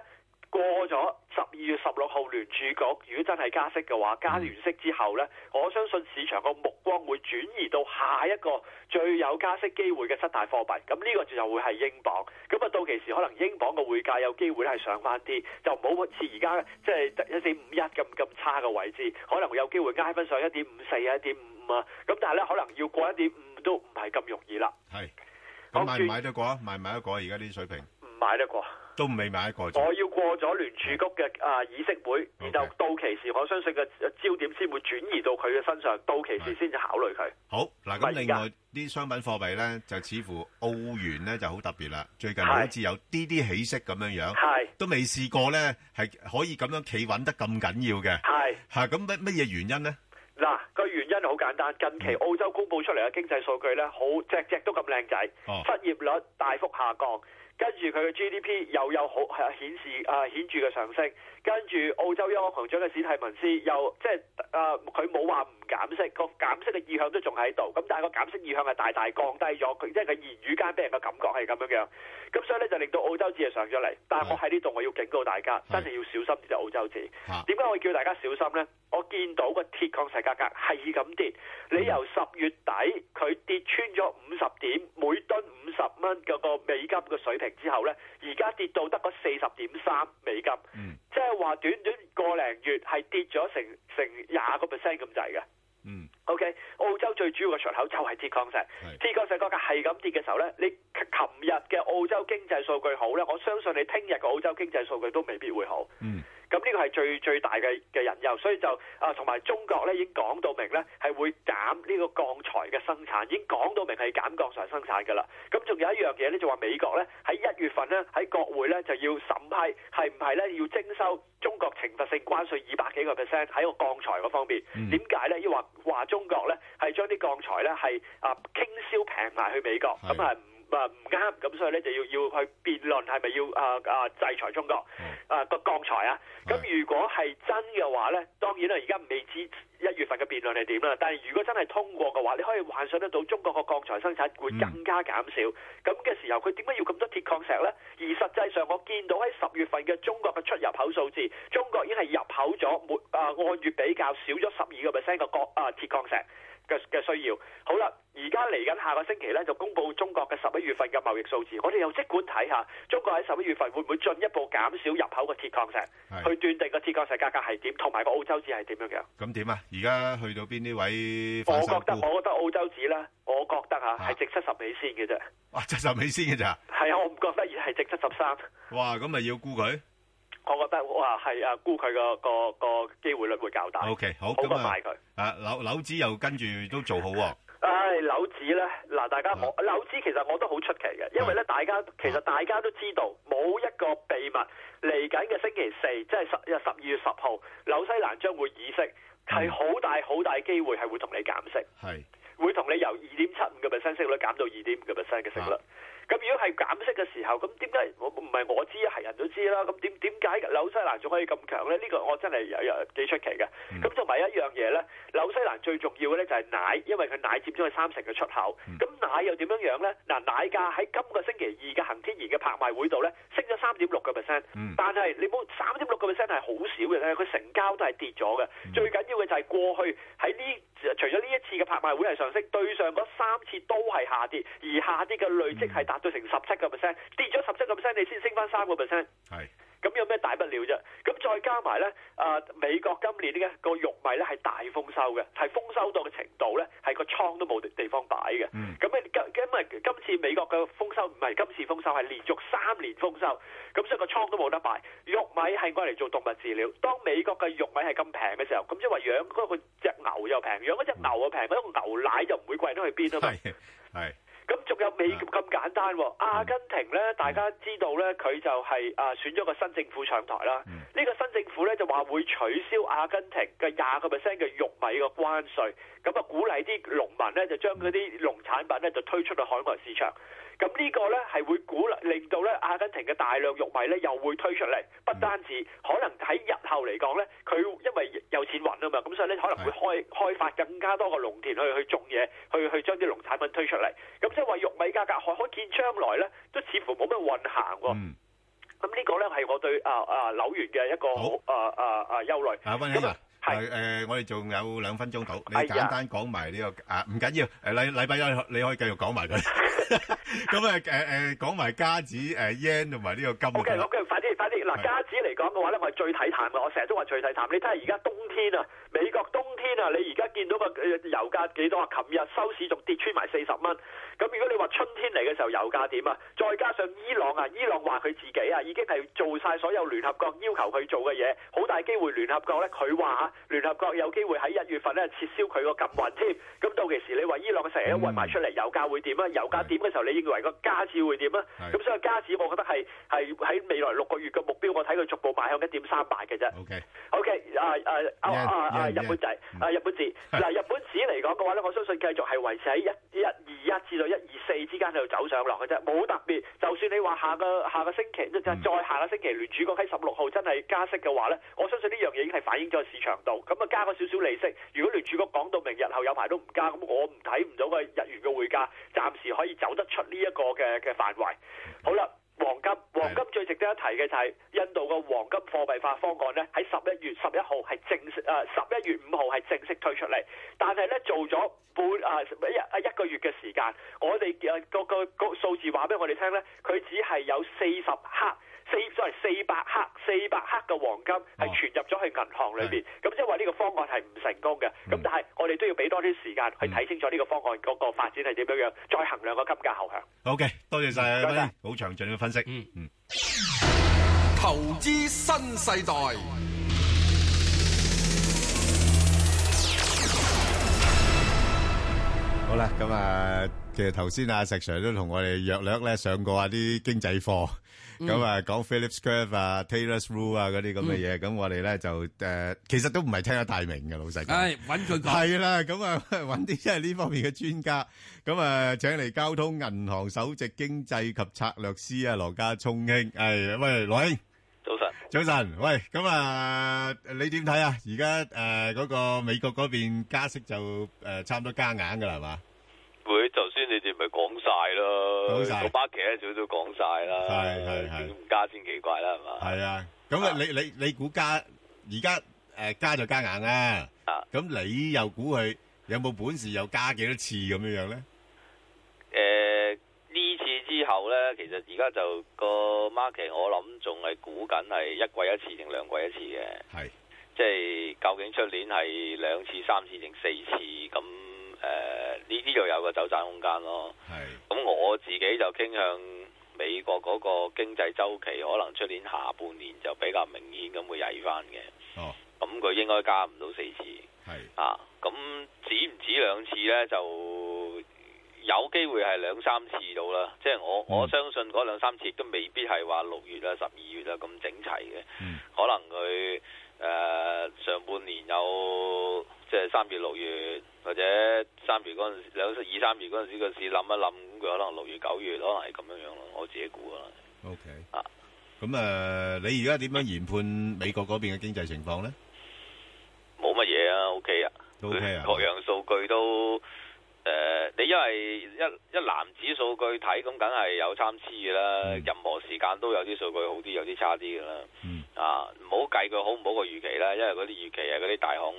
過咗十二月十六號聯儲局，如果真係加息嘅話，加完息之後呢，我相信市場個目光會轉移到下一個最有加息機會嘅七大貨幣。咁呢個就會係英鎊。咁啊，到期時可能英鎊嘅匯價有機會係上翻啲，就唔好似而家即係一點五一咁咁差嘅位置，可能會有機會挨翻上一點五四啊，一點五。啊，咁但係咧可能要過一點五都唔係咁容易啦，係，好，咁買唔轉買得過啊？買唔買得過啊？而家呢啲水平唔買得過。都未買得過啫。我要過咗聯儲局嘅啊議息會，然後到期時我相信嘅焦點先會轉移到佢嘅身上，到期時先至考慮佢。好嗱，咁另外啲商品貨幣咧，就似乎澳元咧就好特別啦。最近好似有啲啲起色咁樣樣，係都未試過咧，係可以咁樣企穩得咁緊要嘅。係嚇，咁乜乜嘢原因咧？嗱，個原因好簡單，近期澳洲公佈出嚟嘅經濟數據咧，好隻隻都咁靚仔，哦失業率大幅下降，跟住佢嘅 GDP 又有好係顯示啊顯著嘅上升，跟住澳洲央行行長嘅史蒂文斯又即係啊佢冇話唔減息，個減息嘅意向都仲喺度，咁但係個減息意向係大大降低咗，佢即係佢言語間俾人嘅感覺係咁樣樣，咁所以咧就令到澳洲指係上咗嚟，但係我喺呢度我要警告大家，真係要小心呢隻澳洲指。點解我叫大家小心呢？我見到個鐵礦石價格係咁跌，你由十月底佢跌穿咗五十點，每噸五十蚊嘅個美金嘅水平之後呢，而家跌到得嗰四十點三美金，即係話短短個零月係跌咗成成廿個 percent 咁滯嘅。OK，澳洲最主要嘅出口就係鐵礦石，鐵礦石價格係咁跌嘅時候呢，你琴日嘅澳洲經濟數據好呢，我相信你聽日嘅澳洲經濟數據都未必會好。嗯。咁呢個係最最大嘅嘅隱憂，所以就啊，同埋中國咧已經講到明咧係會減呢個鋼材嘅生產，已經講到明係減鋼材生產㗎啦。咁仲有一樣嘢咧，就話美國咧喺一月份咧喺國會咧就要審批係唔係咧要徵收中國懲罰性關稅二百幾個 percent 喺個鋼材嗰方面。點解咧？要話話中國咧係將啲鋼材咧係啊傾銷平埋去美國，咁啊唔。啊唔啱，咁所以咧就要要去辯論係咪要啊啊制裁中國啊個鋼材啊？咁如果係真嘅話咧，當然啦，而家未知一月份嘅辯論係點啦。但係如果真係通過嘅話，你可以幻想得到中國個鋼材生產會更加減少。咁嘅、時候，佢點解要咁多鐵礦石咧？而實際上，我見到喺十月份嘅中國嘅出入口數字，中國已經係入口咗每啊按月比較少咗十二個 percent 嘅鋼啊鐵礦石。嘅嘅需要。好啦，而家嚟緊下個星期咧就公布中國嘅十一月份嘅貿易數字，我哋又即管睇下中國喺十一月份會唔會進一步減少入口嘅鐵礦石，去斷定個鐵礦石價格係點，同埋個澳洲紙係點樣樣。咁點啊？而家去到邊啲位我反覺手得，沽？我覺得澳洲紙咧，我覺得嚇係值七十美仙嘅啫。哇，七十尾先嘅咋？係啊，我唔覺得係值七十三。哇，咁咪要沽佢我覺得哇係啊，估佢個個個機會率會較大。 ？O K，好，好過咁賣佢啊。，啊樓樓指又跟住都做好 [LAUGHS] 喎。唉，樓指咧，嗱，大家冇樓指其實我都好出奇嘅，因為咧，大家其實大家都知道冇一個秘密，嚟緊嘅星期四，即係十十二月十號，紐西蘭將會議息，係好大好大機會係會同你減息，係會同你由二點七五嘅 percent 息率減到二點五嘅 percent 嘅息率。咁如果係減息嘅時候，咁點解我唔係我知啊？係人都知啦。咁點點解紐西蘭仲可以咁強咧？呢、個我真係有有幾出奇嘅。咁同埋一樣嘢咧，紐西蘭最重要嘅咧就係奶，因為佢奶佔咗佢三成嘅出口。咁、奶又點樣樣咧？嗱，奶價喺今個星期二嘅恒天然嘅拍賣會度咧，升咗三點六個 percent。但係你冇三點六個 percent 係好少嘅咧，佢成交都係跌咗嘅。最緊要嘅就係過去喺呢除咗呢一次嘅拍賣會係上升，對上嗰三次都係下跌，而下跌嘅累積係達到成十七個 percent，跌咗十七個 percent，你先升翻三個 percent。咁有咩大不了啫？咁再加埋呢，啊、美國今年呢個玉米呢係大豐收嘅，係豐收到嘅程度呢，係個倉都冇地方擺嘅。咁啊、今因為今次美國嘅豐收唔係今次豐收，係連續三年豐收，咁所以個倉都冇得擺。玉米係我嚟做動物飼料，當美國嘅玉米係咁平嘅時候，咁即係話養嗰個只牛又平，養嗰只牛又平，嗰個牛奶就唔會貴得去邊啊嘛。係咁仲有美咁咁簡單喎、阿根廷咧，大家知道咧，佢就係、啊選咗個新政府上台啦。呢、個新政府咧就話會取消阿根廷嘅廿個 percent 嘅玉米嘅關稅，咁啊鼓勵啲農民咧就將嗰啲農產品咧就推出去海外市場。咁呢個呢係會鼓勵令到呢阿根廷嘅大量玉米呢又會推出嚟，不單止可能喺日後嚟講呢，佢因為有錢揾啊嘛，咁所以呢可能會開開發更加多嘅農田去去種嘢，去去將啲農產品推出嚟。咁即係話玉米價格可可見將來呢都似乎冇乜運行喎。咁呢個呢係我對啊啊紐元嘅一個啊啊啊憂慮。阿温兄啊，誒誒，我哋仲有兩分鐘到，你簡單講埋呢個啊，唔緊要，誒禮禮拜一你可以繼續講埋 [LAUGHS] 佢。咁啊誒誒，講埋加紙誒 yen 同埋呢個金 OK，嘅啦。咁快啲快啲！嗱，家子嚟講嘅話咧，我係最睇淡嘅，我成日都話最睇淡。你睇下而家冬天啊，美國冬天啊，你而家見到個呃油價幾多啊？琴日收市仲跌穿埋四十蚊。咁如果你話春天嚟嘅時候油價點啊？再加上伊朗啊，伊朗話佢自己啊已經係做晒所有聯合國要求佢做嘅嘢，好大機會聯合國咧佢話嚇聯合國有機會喺一月份咧撤銷佢個禁運添。咁到期時你話伊朗成日運埋出嚟，油價會點啊？油價點嘅時候，你認為個加紙會點啊？咁所以加紙我覺得係係喺未來六個月嘅目標，我睇佢逐步邁向一點三八嘅啫。 OK。 OK，啊啊啊啊啊！日本仔，啊日本紙，嗱日本紙嚟講嘅話咧，我相信繼續係維持喺一一二一至到一二四之間喺度走上落嘅啫，冇特別。就算你話下個下個星期，即係再下個星期聯儲局喺十六號真係加息嘅話咧，我相信呢樣嘢已經係反映咗喺市場度。咁啊加咗少少利息，如果聯儲局講到明日後有排都唔加，咁我唔睇唔到個日元嘅匯價暫時可以走得出呢一個嘅嘅範圍。好啦。黃金，黃金最值得一提嘅就係印度嘅黃金貨幣化方案咧，喺十一月十一號係正式，誒十一月五號係正式推出嚟，但係咧做咗半啊一啊一個月嘅時間，我哋誒個個個數字話俾我哋聽咧，佢只係有四十克。四所謂四百克四百克嘅黃金係存入咗去銀行裏邊，咁即係話呢個方案係唔成功嘅。咁、但係我哋都要俾多啲時間去睇清楚呢個方案嗰個發展係點樣樣，再衡量個金價後向。 OK，多謝晒温兄，好詳盡嘅分析。嗯嗯。投資新世代，好啦，咁啊，其實頭先啊石 Sir 都同我哋約略咧上過下啲經濟課，咁啊講 Phillips Curve 啊、Taylor's Rule 啊嗰啲咁嘅嘢，咁我哋咧就誒，其實都唔係聽得太明嘅，老實講。唉，揾佢講。係啦，咁啊 [LAUGHS] 揾啲即係呢方面嘅專家，咁啊請嚟交通銀行首席經濟及策略師啊羅家聰兄，係喂羅兄。早晨，早晨，喂，咁啊，你點睇啊？而家誒嗰個美國嗰邊加息就誒、呃差唔多加硬噶啦，係嘛？會頭先你哋咪講晒咯，講晒個 market 一早都講晒啦，係係係唔加先奇怪啦，係嘛？係啊，咁啊，你你你估加而家誒加就加硬啦，咁你又估佢有冇本事又加幾多次咁樣樣咧？呃誒呢咧，其實而家就個 market 我諗仲係估緊係一季一次定兩季一次嘅。係。即係究竟出年係兩次、三次定四次咁誒？呃呢啲就有個走賺空間咯。係。咁我自己就傾向美國嗰個經濟周期，可能出年下半年就比較明顯咁會曳翻嘅。哦。咁佢應該加唔到四次。係。啊，咁止唔止兩次呢？就有機會係兩三次到啦。即係我我相信嗰兩三次都未必係話六月啊、十二月啊咁整齊嘅。可能佢誒、呃上半年有即係三月、六月或者三月嗰陣時兩二三月嗰陣時個市冧一冧，咁佢可能六月、九月可能係咁樣樣咯。我自己估啊。 OK。咁，誒，你而家點樣研判美國嗰邊嘅經濟情況呢？冇乜嘢啊，OK 啊 OK 啊各樣數據都誒、呃你因為一一籃子數據睇，咁梗係有參差嘅啦。嗯任何時間都有啲數據好啲，有啲差啲嘅啦。啊，唔好計佢好唔好過預期啦，因為嗰啲預期係嗰啲大行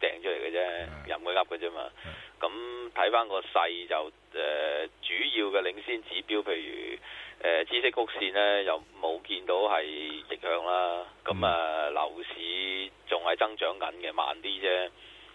掟出嚟嘅啫，啊任佢噏嘅啫嘛。咁睇翻個勢就誒、呃主要嘅領先指標，譬如誒、呃孳息曲線咧，又冇見到係逆向啦。咁啊，樓市仲係增長緊嘅，慢啲啫。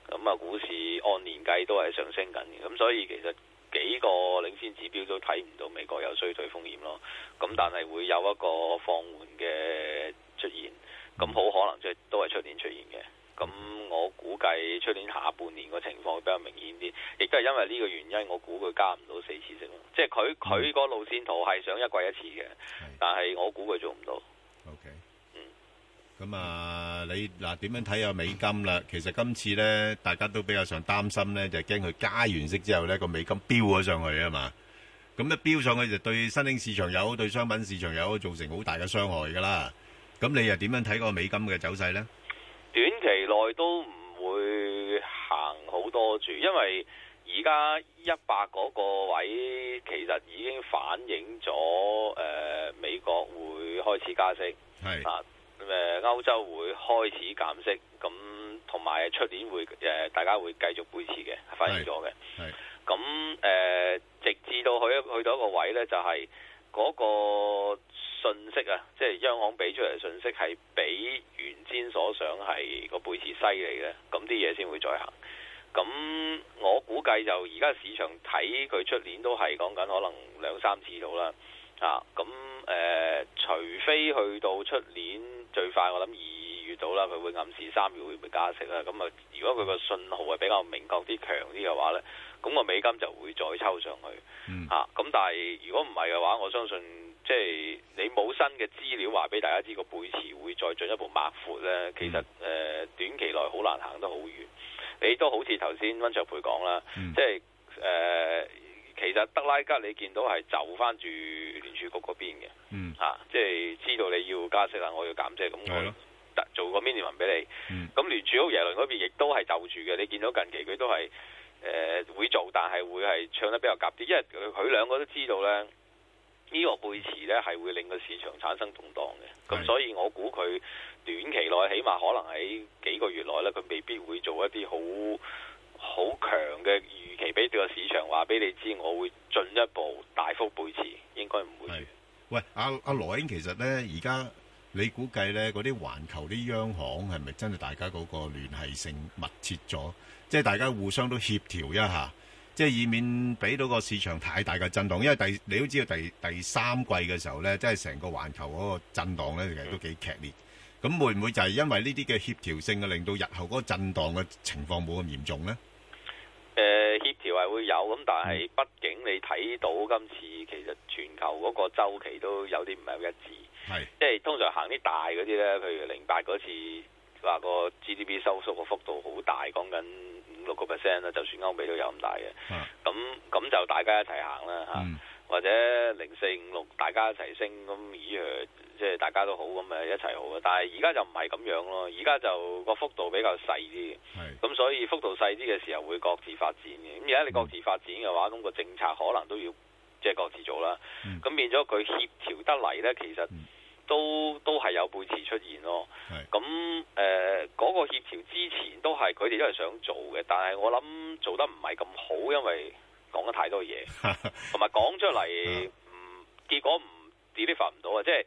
咁啊，股市按年計都係上升緊嘅，咁所以其實幾個領先指標都睇唔到美國有衰退風險咯。咁但係會有一個放緩嘅出現，咁好可能即係都係出年出現嘅。咁我估計出年下半年個情況會比較明顯啲，亦都係因為呢個原因，我估佢加唔到四次息咯。即係佢佢個路線圖係想一季一次嘅，但係我估佢做唔到。咁，啊，你-嗱，點樣睇啊？美金啦，其實今次呢，大家都比較上擔心呢，就係驚佢加完息之後呢，個美金飆咗上去啊嘛。咁一飆上去就對新興市場有，對商品市場有，造成好大嘅傷害㗎啦。咁你又點樣睇個美金嘅走勢呢？短期內都唔會行好多住，因為而家一百嗰個位其實已經反映咗誒、呃美國會開始加息，係啊誒、呃、歐洲會開始減息，咁同埋出年會誒、呃大家會繼續背馳嘅，反映咗嘅。係咁誒、呃直至到去一去到一個位呢，就係、嗰個信息啊，即係央行俾出嚟嘅信息係比原先所想係個背馳犀利嘅，咁啲嘢先會再行。咁呃我估計就而家市場睇佢出年都係講緊可能兩三次到啦，啊咁誒、呃除非去到出年最快我諗二月到啦，佢會暗示三月會唔會加息啦。咁啊，如果佢個信號係比較明確啲、強啲嘅話呢，咁、個美金就會再抽上去。啊，咁但係如果唔係嘅話，我相信即係你冇新嘅資料話俾大家知個背馳會再進一步擘闊呢，其實誒、呃短期內好難行得好遠。你都好似頭先温卓培講啦，即係誒、呃其實德拉吉你見到係就翻住聯儲局嗰邊嘅，嗯啊，即係知道你要加息啦，我要減息，咁我特做個 minimum 俾你。咁、聯儲局耶倫嗰邊亦都係就住嘅，你見到近期佢都係誒、呃、會做，但係會係唱得比較夾啲，因為佢佢兩個都知道咧。呢個背馳呢係會令個市場產生動盪嘅，咁所以我估佢短期內起碼可能喺幾個月內呢，佢未必會做一啲好好強嘅預期俾個市場話俾你知，我會進一步大幅背馳，應該唔會住。喂，阿-阿羅英，其實呢，而家你估計呢，嗰啲環球啲央行係咪真係大家嗰個聯繫性密切咗？即係大家互相都協調一下，即係以免俾到個市場太大嘅震盪，因為第-你都知道第-第三季嘅時候呢，即係成個環球嗰個震盪呢，其實都幾劇烈。咁會唔會就係因為呢啲嘅協調性，令到日後嗰個震盪嘅情況冇咁嚴重呢？誒、呃協調係會有咁，但係畢竟你睇到今次其實全球嗰個周期都有啲唔係一致，係即係通常行啲大嗰啲呢，譬如零八嗰次話個 GDP 收縮個幅度好大，講緊五六個 percent 啦，就算歐美都有咁大嘅，咁咁就大家一齊行啦嚇。或者零四五六大家一齊升咁，咦呃即係大家都好咁咪一齊好啊！但係而家就唔係咁樣咯，而家就個幅度比較細啲嘅，咁所以幅度細啲嘅時候會各自發展嘅。咁而家你各自發展嘅話，咁、個政策可能都要即係各自做啦。咁、變咗佢協調得嚟呢，其實都都係有背馳出現咯。咁誒嗰個協調之前都係佢哋都係想做嘅，但係我諗做得唔係咁好，因為講得太多嘢。同埋講出嚟，唔嗯結果唔 deliver 唔到啊！即係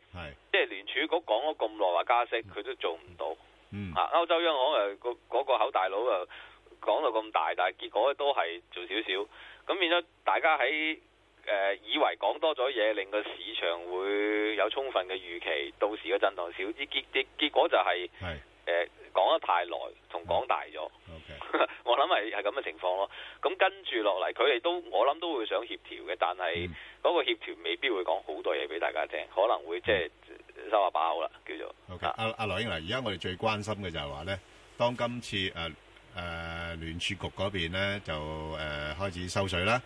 即係聯儲局講咗咁耐話加息，佢都做唔到。嗯啊，歐洲央行誒個嗰個口大佬啊講到咁大，但係結果都係做少少，咁變咗大家喺誒、呃以為講多咗嘢，令個市場會有充分嘅預期，到時嘅震盪少啲，結結結果就係、誒、講得太耐，同講大咗。 [LAUGHS] 我諗係係咁嘅情況咯。咁跟住落嚟，佢哋都我諗都會想協調嘅，但係嗰個協調未必會講好多嘢俾大家聽，可能會即係呃收下把口啦，叫做。 OK，阿-阿羅英嗱，而家我哋最關心嘅就係話呢，當今次，呃，呃，聯儲局嗰邊呢，就，呃，開始收水啦，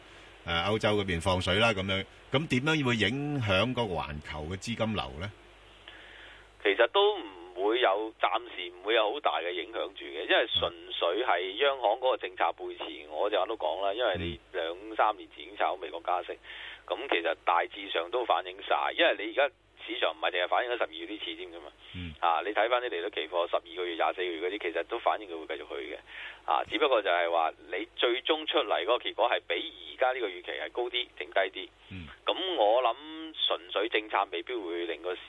呃，歐洲嗰邊放水啦，咁樣，咁點樣會影響嗰個環球嘅資金流呢？其實都唔會有，暫時唔會有好大嘅影響住嘅，因為純粹係央行嗰個政策背馳。我就都講啦，因為你兩三年前已經炒美國加息，咁其實大致上都反映晒，因為你而家市場唔係淨係反映咗十二月呢次添㗎嘛。啊，你睇翻啲利率期貨十二個月、廿四個月嗰啲，其實都反映佢會繼續去嘅。啊，只不過就係話你最終出嚟嗰個結果係比而家呢個預期係高啲定低啲。咁、我諗純粹政策未必會令個市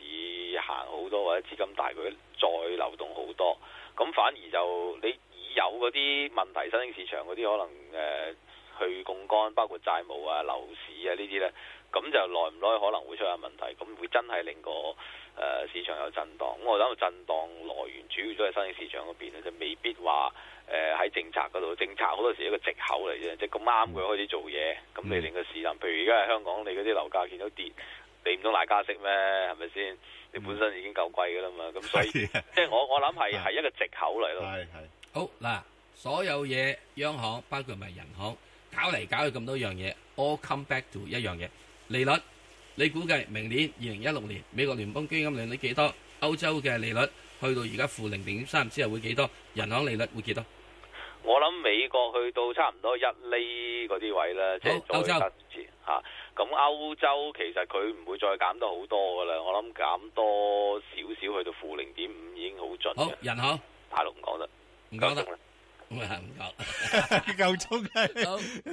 行好多或者資金大佢再流動好多。咁反而就你已有嗰啲問題新興市場嗰啲可能誒、呃去槓桿，包括債務啊、樓市啊呢啲呢，咁就耐唔耐可能會出現問題，咁會真係令個誒、呃市場有震盪。咁我諗個震盪來源主要都係新興市場嗰邊咧，就未必話誒喺政策嗰度，政策好多時一個藉口嚟啫，即係咁啱佢開始做嘢，咁你令個市場，譬如而家喺香港，你嗰啲樓價見到跌。你唔通賴加息咩？係咪先？你本身已經夠貴㗎啦嘛，咁所以即係我我諗係係一個藉口嚟咯。好嗱，所有嘢央行包括埋人行搞嚟搞去咁多樣嘢，all come back to 一樣嘢利率。你估計明年二零一六年美國聯邦基金利率幾多？歐洲嘅利率去到而家負零點三之後會幾多？人行利率會幾多？我諗美國去到差唔多一厘嗰啲位啦，即係歐洲再次嚇。咁歐洲其實佢唔會再減得好多噶啦，我諗減多少少去到負零點五已經好盡好嘅。人行 [LAUGHS] 大陸唔講得，唔講得，唔係唔講。夠鐘啦。